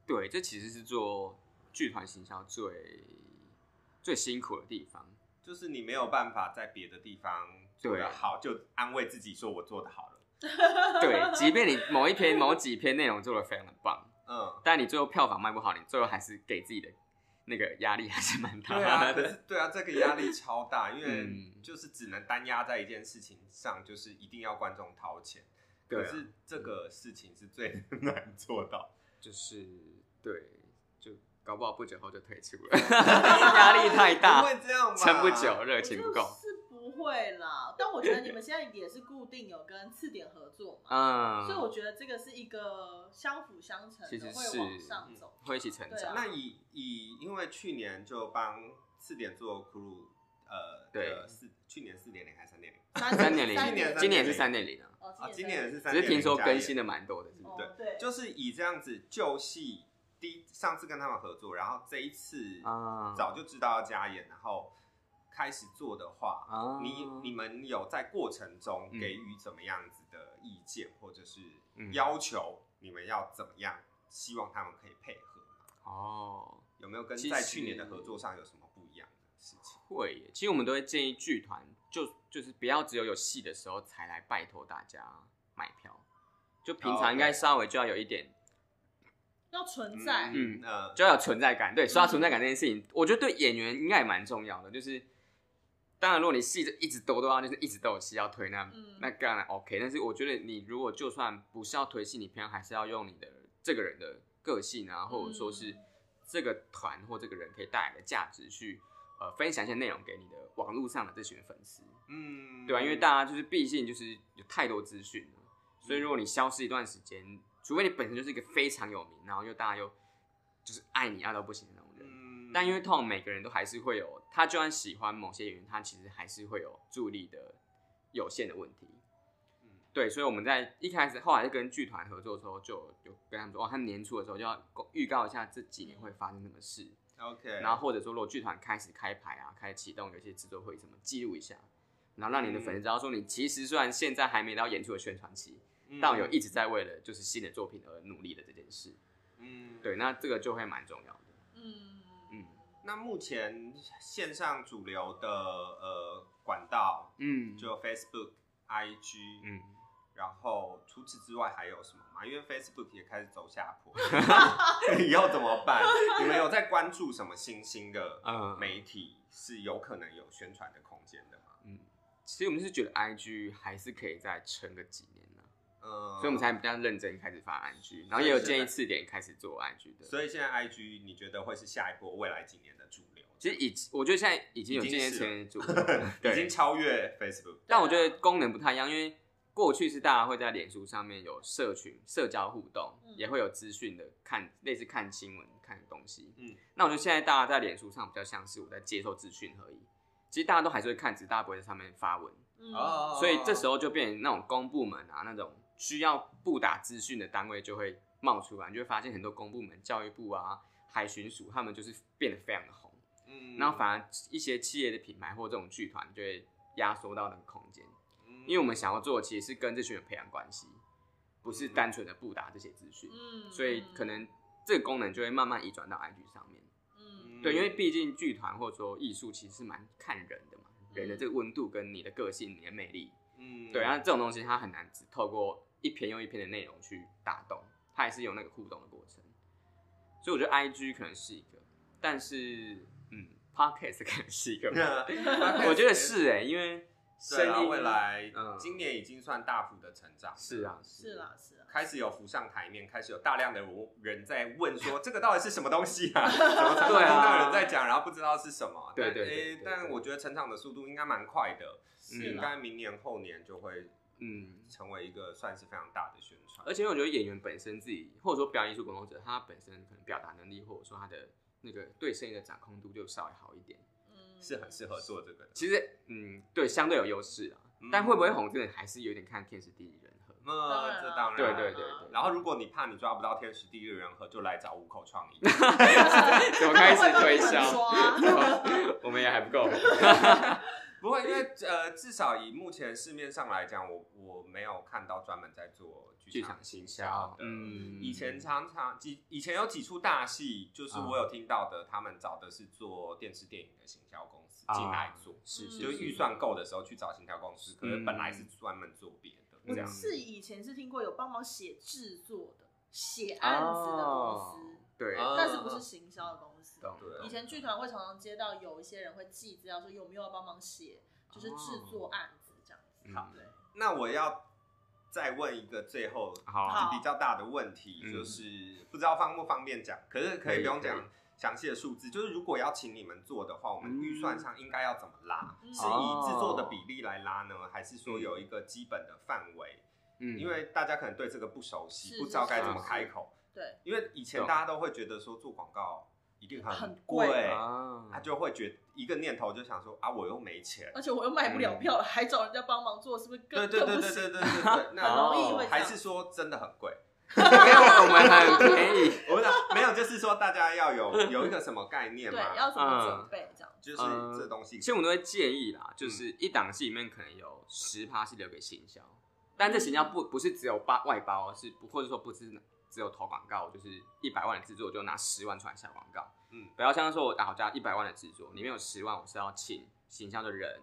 Speaker 4: 对，这其实是做剧团行销最最辛苦的地方。
Speaker 2: 就是你没有办法在别的地方做得好，就安慰自己说我做的好了。
Speaker 4: 对，即便你某一篇、某几篇内容做的非常的棒， (laughs)
Speaker 2: 嗯，
Speaker 4: 但你最后票房卖不好，你最后还是给自己的那个压力还是蛮
Speaker 2: 对啊，
Speaker 4: (laughs) 大
Speaker 2: 可
Speaker 4: 的。
Speaker 2: 是对啊，这个压力超大，因为
Speaker 4: 嗯
Speaker 2: 就是只能单压在一件事情上，就是一定要观众掏钱。
Speaker 4: 对
Speaker 2: 可
Speaker 4: 啊
Speaker 2: 是这个事情是最 (laughs) 难做到，
Speaker 4: 就是对，就搞不好不久后就退出了， (laughs) 压力太
Speaker 2: 不
Speaker 4: 大，
Speaker 2: 会这样吧？
Speaker 4: 撑不久，热
Speaker 3: 我
Speaker 4: 情不
Speaker 3: 就
Speaker 4: 够。
Speaker 3: 是不会啦，但我觉得你们现在也是固定有跟次点合作嘛，
Speaker 4: 嗯，
Speaker 3: 所以我觉得这个是一个相辅相成
Speaker 4: 其实
Speaker 3: 的，
Speaker 4: 是
Speaker 3: 会往上走。
Speaker 4: 会一起成
Speaker 3: 对啊
Speaker 4: 长。
Speaker 2: 那以以因为去年就帮四点做 crew，呃，
Speaker 4: 对
Speaker 2: 呃四去年四点零还是三点零今
Speaker 4: 三点
Speaker 2: 年
Speaker 4: 零，
Speaker 2: 三
Speaker 4: 今年
Speaker 2: 点
Speaker 4: 也是
Speaker 2: 零
Speaker 4: 三点零啊，
Speaker 3: 哦
Speaker 2: 啊？今
Speaker 3: 今
Speaker 2: 年
Speaker 3: 年
Speaker 2: 也是
Speaker 3: 三
Speaker 2: 三
Speaker 4: 只
Speaker 2: 点
Speaker 4: 是
Speaker 2: 零，
Speaker 4: 听说更新的蛮多的，是不
Speaker 3: 哦
Speaker 4: 是？
Speaker 2: 对
Speaker 3: 对，
Speaker 2: 就是以这样子旧戏第一上次跟他们合作，然后这一次
Speaker 4: 啊
Speaker 2: 哦早就知道要加演，然后开始做的话，
Speaker 4: 啊
Speaker 2: 你你们有在过程中
Speaker 4: 嗯
Speaker 2: 给予怎么样子的意见，或者是
Speaker 4: 嗯
Speaker 2: 要求你们要怎么样，希望他们可以配合吗？
Speaker 4: 哦，
Speaker 2: 有没有跟
Speaker 4: 其实
Speaker 2: 在去年的合作上有什么不一样的事情？
Speaker 4: 会耶。其实我们都会建议剧团，就就是不要只有有戏的时候才来拜托大家买票，就平
Speaker 2: 哦
Speaker 4: 常
Speaker 2: ，OK
Speaker 4: 应该稍微就要有一点，
Speaker 3: 要存在，
Speaker 4: 嗯
Speaker 2: 呃，
Speaker 4: 就要有存在感。对，刷存在感这件事情，我觉得对演员应该也蛮重要的。就是，当然如果你戏就一直都都要，就是一直都有戏要推，那、
Speaker 3: 嗯
Speaker 4: 那当然 OK。但是我觉得你如果就算不是要推戏，你平常还是要用你的这个人的个性啊，或者说是
Speaker 3: 嗯
Speaker 4: 这个团或这个人可以带来的价值去。呃，分享一些内容给你的网络上的这群粉丝，
Speaker 2: 嗯，
Speaker 4: 对啊，因为大家就是毕竟就是有太多资讯了，所以如果你消失一段时间，除非你本身就是一个非常有名，然后又大家又就是爱你爱到不行的那种人。
Speaker 2: 嗯
Speaker 4: 但因为通常每个人都还是会有，他就算喜欢某些演员，他其实还是会有助力的有限的问题。
Speaker 2: 嗯
Speaker 4: 对，所以我们在一开始后来就跟剧团合作的时候，就有有跟他们说，哦，他们年初的时候就要公预告一下这几年会发生什么事，
Speaker 2: OK，
Speaker 4: 然后或者说如果剧团开始开牌啊，开始启动有一些制作会什么，记录一下，然后让你的粉丝知道说你其实虽然现在还没到演出的宣传期，
Speaker 2: 嗯
Speaker 4: 但我有一直在为了就是新的作品而努力的这件事。
Speaker 2: 嗯
Speaker 4: 对，那这个就会蛮重要的。
Speaker 3: 嗯
Speaker 4: 嗯
Speaker 2: 那目前线上主流的呃管道
Speaker 4: 嗯
Speaker 2: 就 Facebook、IG，
Speaker 4: 嗯，
Speaker 2: 然后除此之外还有什么吗？因为 Facebook 也开始走下
Speaker 4: (laughs)
Speaker 2: 坡，以后怎么办？你们有在关注什么新兴的
Speaker 4: 呃
Speaker 2: 媒体是有可能有宣传的空间的吗？
Speaker 4: 嗯，其实我们是觉得 IG 还是可以再撑个几年呢、
Speaker 2: 嗯，
Speaker 4: 所以我们才比较认真开始发 IG，然后也有建议次点开始做 IG 的。
Speaker 2: 所以现在 IG 你觉得会是下一波未来几年的主流？
Speaker 4: 其实已我觉得现在已经有
Speaker 2: 已
Speaker 4: 这
Speaker 2: 经
Speaker 4: 件
Speaker 2: 是，
Speaker 4: 事情做了 (laughs)
Speaker 2: 已经超越 Facebook，
Speaker 4: 但我觉得功能不太一样，因为过去是大家会在脸书上面有社群、社交互动，
Speaker 3: 嗯
Speaker 4: 也会有资讯的看，类似看新闻、看东西。
Speaker 2: 嗯
Speaker 4: 嗯，那我觉得现在大家在脸书上比较像是我在接受资讯而已。其实大家都还是会看，只是大家不会在上面发文，
Speaker 3: 嗯
Speaker 2: 哦
Speaker 4: 所以这时候就变成那种公部门啊，那种需要布打资讯的单位就会冒出来，你就会发现很多公部门、教育部啊、海巡署，他们就是变得非常的红。
Speaker 2: 嗯
Speaker 4: 然后反而一些企业的品牌或这种剧团就会压缩到那个空间，
Speaker 2: 嗯
Speaker 4: 因为我们想要做的其实是跟这群人培养关系，不是单纯的布达这些资讯，
Speaker 3: 嗯，
Speaker 4: 所以可能这个功能就会慢慢移转到 IG 上面。
Speaker 3: 嗯，
Speaker 2: 嗯
Speaker 4: 对，因为毕竟剧团或者说艺术其实是蛮看人的嘛，人的这个温度跟你的个性、你的魅力，
Speaker 2: 嗯
Speaker 4: 对，
Speaker 2: (laughs)
Speaker 4: 然后这种东西它很难只透过一篇又一篇的内容去打动，它也是有那个互动的过程。所以我觉得 I G 可能是一个，但是嗯，Podcast 可能是一
Speaker 2: (laughs)
Speaker 4: 个吧，我觉得是哎、因为声
Speaker 2: 对啊，
Speaker 4: 音
Speaker 2: 未来
Speaker 4: 嗯
Speaker 2: 今年已经算大幅的成长，
Speaker 4: 是啊，
Speaker 3: 是啦是啦，
Speaker 2: 开始有浮上台面，开始有大量的人人在问说这个到底是什么东西啊？ (laughs) 怎么常常
Speaker 4: 对
Speaker 2: 听
Speaker 4: 啊
Speaker 2: 到有人在讲，然后不知道是什么？
Speaker 4: 对
Speaker 2: 但
Speaker 4: 对对
Speaker 2: 诶
Speaker 4: 对嗯对
Speaker 2: 但我觉得成长的速度应该蛮快的，
Speaker 3: 是
Speaker 2: 应
Speaker 3: 啦，
Speaker 2: 该明年后年就会
Speaker 4: 嗯，
Speaker 2: 成为一个算是非常大的宣传。
Speaker 4: 而且我觉得演员本身自己，或者说表演艺术工作者，他本身可能表达能力，或者说他的那个对声音的掌控度就稍微好一点。
Speaker 3: 嗯
Speaker 2: 是很适合做这个的。
Speaker 4: 其实，嗯，对，相对有优势啊。
Speaker 2: 嗯
Speaker 4: 但会不会红，真的还是有点看天时地利人和。
Speaker 3: 当
Speaker 2: 那
Speaker 3: 然
Speaker 2: 嗯哦这
Speaker 3: 啊
Speaker 2: 当然，
Speaker 4: 对对对对。
Speaker 2: 然后，如果你怕你抓不到天时地利人和，就来找五口创
Speaker 4: (laughs)
Speaker 2: 意。
Speaker 4: 怎么开始
Speaker 3: 他们会
Speaker 4: 推
Speaker 3: 帮你们
Speaker 4: 销？
Speaker 3: 抓啊
Speaker 4: (laughs) 我们也还不够红。
Speaker 2: 不过，因为呃，至少以目前市面上来讲，我我没有看到专门在做剧
Speaker 4: 剧
Speaker 2: 场
Speaker 4: 场
Speaker 2: 行
Speaker 4: 行
Speaker 2: 销
Speaker 4: 销，
Speaker 2: 的。
Speaker 4: 嗯，
Speaker 2: 以前常常几以前有几出大戏，就是我有听到的，他们找的是做电视电影的行销公司
Speaker 4: 啊嗯
Speaker 2: 进来做，
Speaker 4: 是是
Speaker 2: 就是预算够的时候去找行销公司，可是本来是专门做别的
Speaker 3: 我
Speaker 2: 这样。
Speaker 3: 是以前是听过有帮忙写制作的、写案子的公司，
Speaker 4: 哦对，
Speaker 2: 啊
Speaker 3: 但是不是行销的公司。
Speaker 4: 懂
Speaker 2: 对啊
Speaker 3: 以前剧团会常常接到有一些人会寄资料说有没有要帮忙写，就是
Speaker 2: 哦
Speaker 3: 制作案子这样子。
Speaker 4: 嗯
Speaker 3: 好对，
Speaker 2: 那我要再问一个最后
Speaker 4: 好啊，
Speaker 3: 好
Speaker 2: 比较大的问题，
Speaker 4: 嗯
Speaker 2: 就是不知道方不方便讲，可是可
Speaker 4: 可
Speaker 2: 以
Speaker 4: 以
Speaker 2: 不用
Speaker 4: 可以
Speaker 2: 讲详细的数字。就是如果要请你们做的话，我们
Speaker 4: 嗯哦
Speaker 2: 预算上应该要怎么拉？
Speaker 3: 嗯
Speaker 2: 是以制作的比例来拉呢，还是说有一个基本的范围？
Speaker 4: 嗯，
Speaker 2: 因为大家可能对这个不熟
Speaker 3: 是
Speaker 2: 悉，
Speaker 3: 是
Speaker 2: 不知道该怎么开口。
Speaker 3: 对，
Speaker 2: 因为以前
Speaker 4: 懂
Speaker 2: 大家都会觉得说做广告一定
Speaker 3: 很
Speaker 2: 贵
Speaker 3: 贵，
Speaker 4: 啊
Speaker 2: 他就会觉一个念头就想说啊，我又没钱。
Speaker 3: 而且我又卖不了票了，还找人家帮忙做，是不是更
Speaker 2: 对嗯对
Speaker 3: 更
Speaker 2: 对
Speaker 3: 不
Speaker 2: 对对
Speaker 3: 行？
Speaker 2: 对对对，那 (laughs)
Speaker 4: 很容易会这样
Speaker 2: 哦还是说真的很贵？
Speaker 4: 没有， (laughs) 我们很便宜。
Speaker 2: 我想没有，就是说大家要有有一个什么概念
Speaker 3: 对，
Speaker 2: 嘛，嗯
Speaker 3: 要怎么准备这样？
Speaker 2: 就是这东西
Speaker 4: 其实我们都会建议啦，就是一档戏里面可能有十趴是留给行销，但这行销不不是只有八外包哦，是不或者说不是只有投广告，就是一百万的制作我就拿十万出来下广告。
Speaker 2: 嗯
Speaker 4: 不要像是说我啊，我加一百万的制作，里面有十万我是要请行销的人，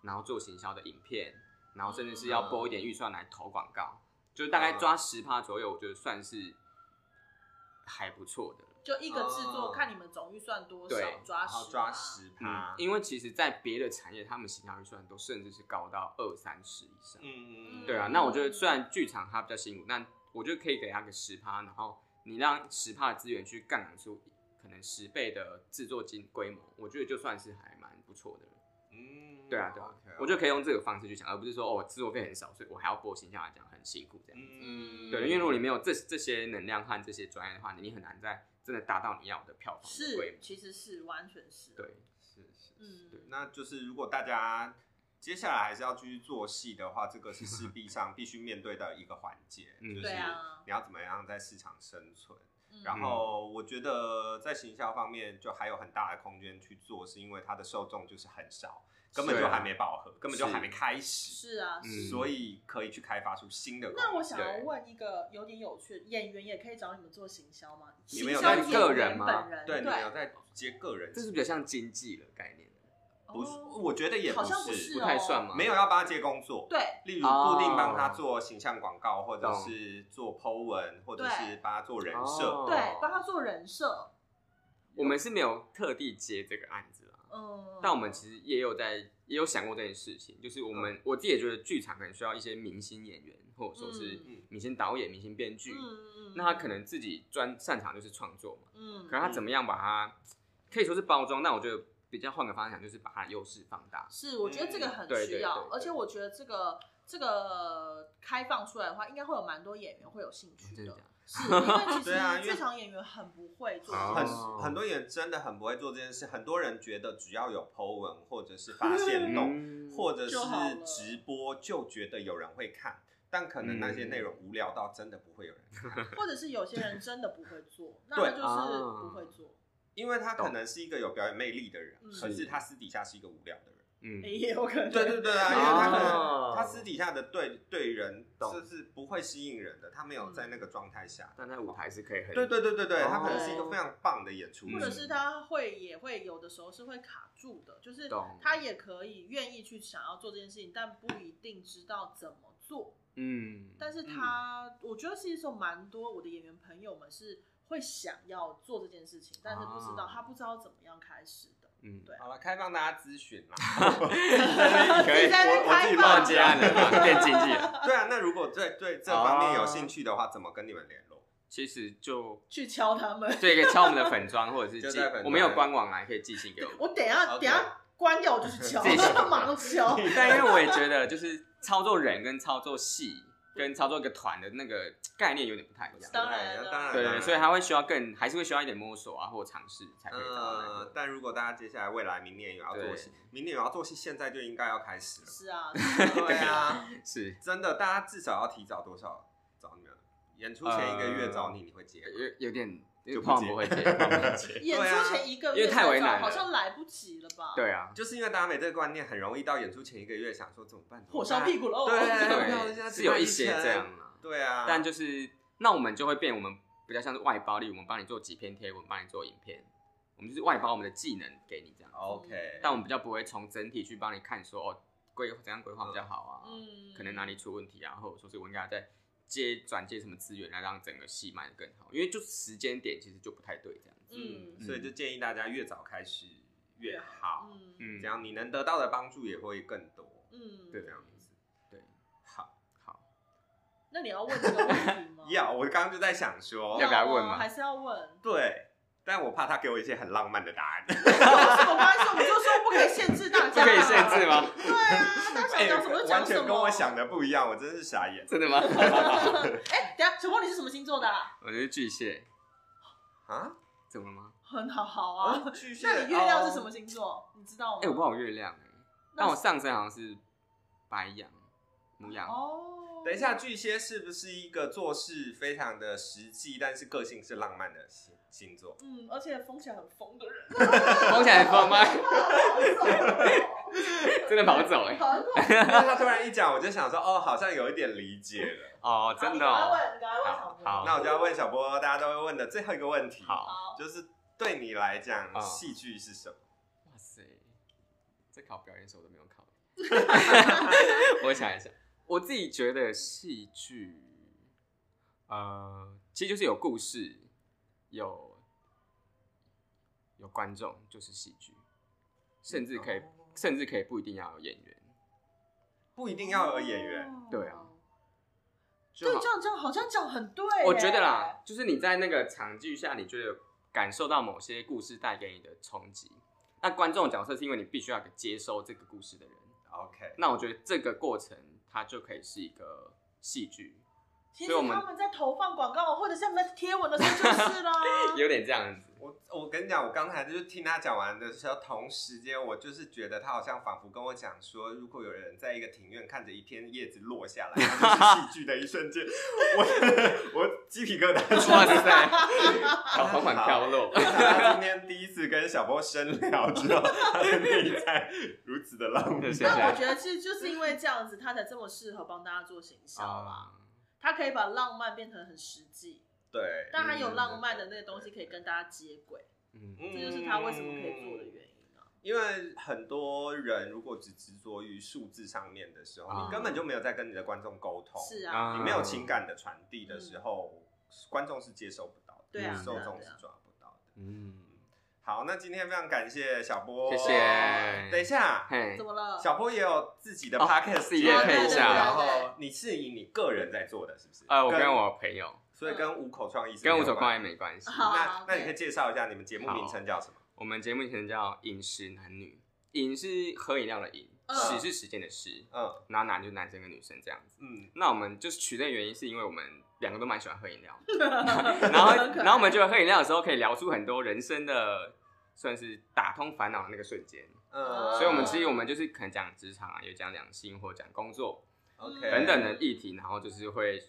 Speaker 4: 然后做行销的影片，然后甚至是要拨一点预算来投广告，就是大概抓十趴左右，我觉得算是还不错的。
Speaker 3: 就一个制作，
Speaker 2: 哦
Speaker 3: 看你们总预算多
Speaker 4: 对
Speaker 3: 少，抓
Speaker 2: 然后
Speaker 3: 十，
Speaker 2: 抓，十
Speaker 4: 嗯
Speaker 2: 趴，，
Speaker 4: 因为其实，在别的产业，他们行销预算都甚至是高到二三十以上。
Speaker 2: 嗯
Speaker 4: 对啊，那我觉得虽然剧场它比较辛苦，但我觉得可以给它个十趴，然后你让十趴的资源去杠杆出可能十倍的制作金规模，我觉得就算是还蛮不错的了。
Speaker 2: 嗯，
Speaker 4: 对啊，对啊
Speaker 2: OK，OK
Speaker 4: 我觉得可以用这个方式去想，而不是说哦，我制作费很少，所以我还要播形象来讲很辛苦这样。
Speaker 2: 嗯
Speaker 4: 对，因为如果你没有这这些能量和这些专业的话，你很难在真的达到你要的票房的规
Speaker 3: 是
Speaker 4: 模。
Speaker 3: 其实是完全是，
Speaker 4: 对，
Speaker 2: 是是，
Speaker 3: 嗯，
Speaker 2: 那就是如果大家接下来还是要继续做戏的话，这个是势必上必须面对的一个环节，
Speaker 4: 嗯
Speaker 2: 就是
Speaker 3: 对啊
Speaker 2: 你要怎么样在市场生存。
Speaker 3: 嗯
Speaker 2: 然后我觉得在行销方面就还有很大的空间去做，是因为它的受众就是很少，根本
Speaker 4: 是
Speaker 2: 就
Speaker 4: 啊
Speaker 2: 还没饱和，根本就是还没开始，
Speaker 3: 是啊，
Speaker 4: 嗯
Speaker 3: 是
Speaker 2: 所以可以去开发出新的功能。
Speaker 3: 那我想要
Speaker 4: 对
Speaker 3: 问一个有点有趣，演员也可以找你们做行销吗？
Speaker 2: 你
Speaker 3: 行
Speaker 2: 们有
Speaker 3: 销
Speaker 2: 在
Speaker 3: 演
Speaker 4: 个
Speaker 3: 员
Speaker 4: 人吗
Speaker 3: 本人
Speaker 2: 对，你
Speaker 3: 对
Speaker 2: 们有在接个人，
Speaker 4: 这是比较像经济的概念，
Speaker 2: 不是？
Speaker 3: 哦
Speaker 2: 我觉得也
Speaker 3: 好像不
Speaker 2: 是，
Speaker 3: 是
Speaker 4: 不
Speaker 3: 哦
Speaker 4: 太算嘛。
Speaker 2: 没有要帮他接工作，
Speaker 3: 对，
Speaker 2: 例如固定帮
Speaker 4: 哦
Speaker 2: 他做形象广告，或者是做 Po 文，或者是帮他做人设
Speaker 4: 哦。
Speaker 3: 对，帮他做人设，
Speaker 4: 我们是没有特地接这个案子啦，
Speaker 3: 嗯，
Speaker 4: 但我们其实也有在也有想过这件事情，就是我
Speaker 3: 嗯
Speaker 4: 们、我自己也觉得剧场可能需要一些明星演员，或者说是
Speaker 2: 嗯
Speaker 4: 明星导演、明星编剧，
Speaker 3: 嗯
Speaker 4: 那他可，能自己专擅长就是创作嘛，
Speaker 3: 嗯，
Speaker 4: 可是他怎么样把它可以说是包装，但我觉得比较换个方向，就是把它的优势放大。
Speaker 3: 是，我觉得这个很
Speaker 4: 嗯对
Speaker 3: 需
Speaker 4: 对
Speaker 3: 要
Speaker 4: 对，对
Speaker 3: 而且我觉得这个这个开放出来的话，应该会有蛮多演员会有兴趣
Speaker 4: 哦真的
Speaker 3: 的是
Speaker 4: 假，的？
Speaker 3: 因
Speaker 4: (laughs)
Speaker 3: 为其
Speaker 2: 对啊因
Speaker 3: 实
Speaker 2: 为
Speaker 3: 剧场演员很不会做
Speaker 4: 哦
Speaker 3: 这
Speaker 2: 很
Speaker 3: 件事，
Speaker 2: 很多人真的很不会做这件事，很多人觉得只要有 Po 文或者是发现动，
Speaker 4: 嗯
Speaker 2: 或者是
Speaker 3: 就好了
Speaker 2: 直播，就觉得有人会看。但可能那些
Speaker 4: 嗯
Speaker 2: 内容无聊到真的不会有人看，
Speaker 3: 或者是有些人真的不会做，那
Speaker 2: 对
Speaker 3: 他就是
Speaker 4: 啊
Speaker 3: 不会
Speaker 4: 嗯
Speaker 3: 做，
Speaker 2: 因为他可能是一个有表演魅力的人
Speaker 3: 嗯，
Speaker 2: 可是他私底下是一个无聊的人。
Speaker 4: 嗯，
Speaker 3: 也有可能。
Speaker 2: 对对对啊，因为他可能
Speaker 5: 哦
Speaker 2: 他私底下的对对人
Speaker 4: 懂
Speaker 2: 就是不会吸引人的，他没有在那个状态下。
Speaker 4: 但在舞台是可以很
Speaker 2: 对对对对对，
Speaker 4: 哦
Speaker 2: 他可能是一个非常棒的演出
Speaker 3: 或者
Speaker 4: 嗯
Speaker 2: 者
Speaker 3: 是他会也会有的时候是会卡住的，就是
Speaker 4: 懂
Speaker 3: 他也可以愿意去想要做这件事情，但不一定知道怎么做。
Speaker 4: 嗯，
Speaker 3: 但是他，我觉得其实有蛮多我的演员朋友们是会想要做这件事情，但是不知道、
Speaker 4: 啊
Speaker 3: 他不知道怎么样开始的。
Speaker 4: 嗯，
Speaker 3: 对
Speaker 2: 好了，开放大家咨询啦。
Speaker 4: (laughs)
Speaker 3: (laughs)
Speaker 4: 可
Speaker 3: 自
Speaker 4: 以
Speaker 3: 己在那边
Speaker 2: 我我自
Speaker 3: 开
Speaker 2: 己乱
Speaker 3: 放
Speaker 4: 报家人嘛，变经纪人，
Speaker 3: (laughs)
Speaker 2: 对啊，那如果对对这方面有兴趣的话，怎么跟你们联
Speaker 3: 哦
Speaker 2: 络？
Speaker 4: 其实就
Speaker 3: 去敲他们。
Speaker 4: 对，可以敲我们的粉砖或者是
Speaker 2: 就
Speaker 4: 寄
Speaker 2: 在粉，专
Speaker 4: 我们有官网啊来可以寄信给我们。
Speaker 3: 我等一下
Speaker 4: (laughs)
Speaker 3: 等
Speaker 2: OK
Speaker 3: 一下关掉我就去敲，
Speaker 4: 自己敲
Speaker 3: 盲
Speaker 4: (laughs)
Speaker 3: 敲。
Speaker 4: 但因为我也觉得，就是操作人跟操作戏跟操作一个团的那个概念有点不太一样。
Speaker 3: 当然
Speaker 2: 对当然，当
Speaker 4: 对对，
Speaker 2: 然
Speaker 4: 所以他会需要更，还是会需要一点摸索啊，或尝试才可以找到那
Speaker 2: 呃
Speaker 4: 个。，
Speaker 2: 但如果大家接下来未来明年有要做戏
Speaker 4: 对，
Speaker 2: 明年有要做戏，现在就应该要开始了。
Speaker 3: 是啊，
Speaker 2: 对啊，
Speaker 4: 是
Speaker 2: 真的，大家至少要提早多少找你们？演出前一个月找你，你会接吗？
Speaker 4: 有有点，
Speaker 2: 就不
Speaker 4: 碰
Speaker 2: 接 (laughs)
Speaker 4: 不会接，碰不会接。
Speaker 3: 演出前一个
Speaker 4: 啊因
Speaker 3: 月
Speaker 4: 为太为难了
Speaker 3: 好像来不及了吧？，
Speaker 4: 对啊，
Speaker 2: 就是因为大家没这个观念，很容易到演出前一个月想说怎么办？
Speaker 3: 火烧屁股了。哦
Speaker 2: (laughs) 对
Speaker 3: 这个票
Speaker 2: 现在
Speaker 4: 对，是有一些这样啊。
Speaker 2: 股。对啊，
Speaker 4: 但就是那我们就会变，我们比较像是外包力，我们帮你做几篇贴文，帮你做影片，我们就是外包我们的技能给你这
Speaker 3: 嗯
Speaker 4: 样。
Speaker 2: OK，
Speaker 4: 但我们比较不会从整体去帮你看说哦规怎样规划比较好啊，
Speaker 3: 嗯
Speaker 4: (laughs) 可能哪里出问题啊，或者说是我应该再接转接什么资源来让整个戏卖得更好，因为就时间点其实就不太对这样子。
Speaker 3: 嗯
Speaker 2: 所以就建议大家越早开始越好，
Speaker 3: 嗯
Speaker 4: 嗯，
Speaker 2: 这样你能得到的帮助也会更多。
Speaker 3: 嗯，
Speaker 2: 对，这样子。
Speaker 4: 对，
Speaker 2: 好，？
Speaker 4: 好，
Speaker 3: 那你要问这个问题吗
Speaker 4: (laughs)
Speaker 2: 要我刚刚就在想说
Speaker 4: 要，不要问
Speaker 3: 吗
Speaker 4: 嘛
Speaker 3: 还是要问？
Speaker 2: 对，但我怕他给我一些很浪漫的答案。
Speaker 3: 什么关系？我们就说不可以限制大
Speaker 4: 不
Speaker 3: 家，
Speaker 4: 可以限制？吗？ (laughs)
Speaker 3: 对啊，大家
Speaker 2: (laughs)
Speaker 3: 想讲什么就
Speaker 2: 完
Speaker 3: 讲什
Speaker 2: 全
Speaker 3: 么。
Speaker 2: 跟我想的不一样，我真是傻眼
Speaker 4: 真的吗？ (laughs)
Speaker 3: 哎，等一下，小梦你是什么星座的啊？
Speaker 4: 我觉得巨蟹，
Speaker 2: 啊！
Speaker 4: 怎么了吗？
Speaker 3: 很好，好啊。
Speaker 2: 巨蟹，
Speaker 3: 那你月亮是什么星座？你知道吗？
Speaker 4: 哎、我不好月亮哎、但我上身好像是白羊、母羊，
Speaker 3: 哦，
Speaker 2: 等一下，，巨蟹是不是一个做事非常的实际，但是个性是浪漫的星星座？ (laughs)
Speaker 3: 嗯，而且风起来很疯的人，
Speaker 4: 风起来风吗？ (laughs) 真的跑走哎、
Speaker 3: 好很恐怖。
Speaker 2: 因为他突然一讲，我就想说，哦，好像有一点理
Speaker 3: (laughs)
Speaker 2: 解了。
Speaker 4: 哦，真的
Speaker 3: 好
Speaker 4: 哦，
Speaker 3: 你赶快问，你赶快问小波。
Speaker 4: 好
Speaker 2: 那我就要问小波，大家都会问的最后一个问题，
Speaker 4: 好
Speaker 3: 好，啊
Speaker 2: 就是对你来讲，
Speaker 4: 嗯
Speaker 2: 戏剧是什么？
Speaker 4: 哇塞，这考表演时我都没有
Speaker 3: (laughs)
Speaker 4: 考。 (laughs) 我想一想，我自己觉得戏剧，呃，其实就是有故事，有有观众，就是戏剧，甚至可以，
Speaker 3: 哦
Speaker 4: 甚至可以不一定要有演员，
Speaker 2: 不一定要有演员，
Speaker 3: 哦
Speaker 4: 对啊。就
Speaker 3: 对，
Speaker 4: 好
Speaker 3: 这样这样好像讲很对。
Speaker 4: 我觉得啦，，就是你在那个场剧下，你觉得感受到某些故事带给你的冲击。那观众的角色是因为你必须要有个接收这个故事的人，
Speaker 3: 哦
Speaker 2: OK，
Speaker 4: 那我觉得这个过程它就可以是一个戏剧，
Speaker 3: 其实
Speaker 4: 所以我们
Speaker 3: 他们在投放广告或者是他们在贴文的时候就是啦。
Speaker 4: 有点这样子。
Speaker 2: 我我跟你讲，我刚才就是听他讲完的时候，同时间我就是觉得他好像仿佛跟我讲说，如果有人在一个庭院看着一片叶子落下来，那就是戏剧的一瞬间，我我鸡皮疙瘩 (laughs) 起来
Speaker 4: (laughs) 哇 (laughs) 塞，小黄板飘 (laughs) 落，
Speaker 2: 他今天第一次跟小波深聊之后，他的内在如此的浪漫
Speaker 4: 谢。谢。
Speaker 3: 但我觉得其实就是因为这样子，他才这么适合帮大家做行销
Speaker 2: 哦
Speaker 3: 啦。
Speaker 4: 啊，
Speaker 3: 他可以把浪漫变成很实际，
Speaker 2: 对，
Speaker 3: 但他有浪漫的那个东西可以跟大家接轨，
Speaker 4: 嗯，
Speaker 2: 嗯
Speaker 3: 这就是他为什么可以做的原因啊。
Speaker 2: 因为很多人如果只执着于数字上面的时候，
Speaker 4: 啊
Speaker 2: 你根本就没有在跟你的观众沟通，
Speaker 3: 是啊，
Speaker 2: 你没有情感的传递的时候，观众是接收不到的，
Speaker 3: 对啊
Speaker 2: 受
Speaker 3: 对啊
Speaker 2: 众是
Speaker 3: 对啊
Speaker 2: 抓不到的。
Speaker 4: 嗯，
Speaker 2: 好，那今天非常感谢小波，哦
Speaker 4: 谢谢
Speaker 2: 等一下，
Speaker 4: 嘿
Speaker 3: 怎，么了？ (laughs)
Speaker 2: 小波也有自己的
Speaker 4: 哦
Speaker 2: podcast
Speaker 4: 自己也
Speaker 3: 配一下
Speaker 2: 然后你是以你个人在做的，是不是？
Speaker 4: 呃，我跟我朋友
Speaker 2: 所以跟五口创意是
Speaker 4: 跟
Speaker 2: 没
Speaker 4: 吴
Speaker 2: 有
Speaker 4: 所光
Speaker 2: 关
Speaker 4: 也没关系。
Speaker 3: 好
Speaker 2: 那那你
Speaker 3: 对
Speaker 2: 可以介绍一下你们节目名称叫什么？
Speaker 4: 我们节目以前叫“饮食男女”，饮是喝饮料的饮，
Speaker 3: 嗯
Speaker 4: 食是时间的食，
Speaker 2: 嗯
Speaker 4: 然后男就是男生跟女生这样子。
Speaker 2: 嗯，
Speaker 4: 那我们就是取这个原因，是因为我们两个都蛮喜欢喝饮料，
Speaker 3: (laughs)
Speaker 4: 然后然后我们觉得喝饮料的时候可以聊出很多人生的，算是打通烦恼的那个瞬间。
Speaker 2: 嗯
Speaker 4: 所以，我们其实我们就是可能讲职场啊，有讲两性或者讲工作，
Speaker 2: OK，
Speaker 3: 对
Speaker 4: 等等的议题，然后就是会，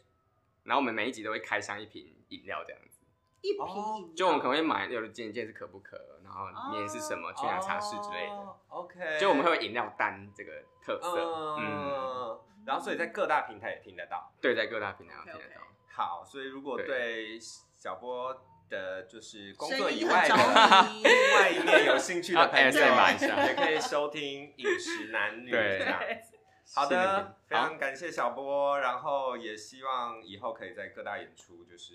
Speaker 4: 然后我们每一集都会开箱一瓶饮料这样子，
Speaker 3: 一瓶
Speaker 2: 哦
Speaker 3: 饮料
Speaker 4: 就我们可能会买有的见解是可不可，然后里面是什么，去哪茶室之类的，
Speaker 2: 哦。OK，
Speaker 4: 就我们会有饮料单这个特色，嗯，
Speaker 2: 嗯，然后所以在各大平台也听得到。
Speaker 4: 对，在各大平台上听
Speaker 3: OK，OK
Speaker 4: 得到。
Speaker 2: 好，所以如果
Speaker 4: 对
Speaker 2: 对小波的就是工作
Speaker 3: 生
Speaker 2: 以
Speaker 3: 意
Speaker 2: 外
Speaker 3: 很着
Speaker 2: (laughs) 的
Speaker 3: 迷，
Speaker 2: 另外一面有兴
Speaker 4: (laughs)
Speaker 2: 趣的
Speaker 4: 要
Speaker 2: 朋友，
Speaker 4: ASMR 哎一下
Speaker 2: 也可以收听《饮食男女》
Speaker 4: 对
Speaker 2: 这样。好的，非常感谢小波，然后也希望以后可以在各大演出就是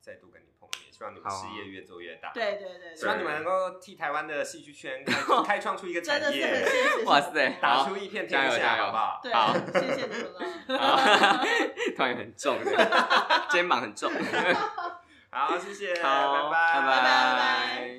Speaker 2: 再度跟你碰面，希望你们
Speaker 4: 好啊
Speaker 2: 事业越做越大。
Speaker 3: 对，对对
Speaker 2: 希
Speaker 3: 对
Speaker 2: 望你们能够替台湾的戏剧
Speaker 3: (laughs)
Speaker 2: 圈开开创出一个
Speaker 3: 真的
Speaker 2: 产
Speaker 3: 是很
Speaker 2: 业，
Speaker 3: 谢谢小
Speaker 4: 哇塞
Speaker 3: 波
Speaker 2: 打出一片天
Speaker 4: 加油加
Speaker 2: 下，
Speaker 4: 油
Speaker 2: 好不好？
Speaker 3: 对
Speaker 4: 好，
Speaker 3: 谢谢你们啊了。
Speaker 2: (laughs)
Speaker 4: 好， (laughs) 突然很重，对肩膀很重。
Speaker 2: 好，谢谢，
Speaker 4: 好，
Speaker 2: 拜
Speaker 4: 拜
Speaker 3: 拜拜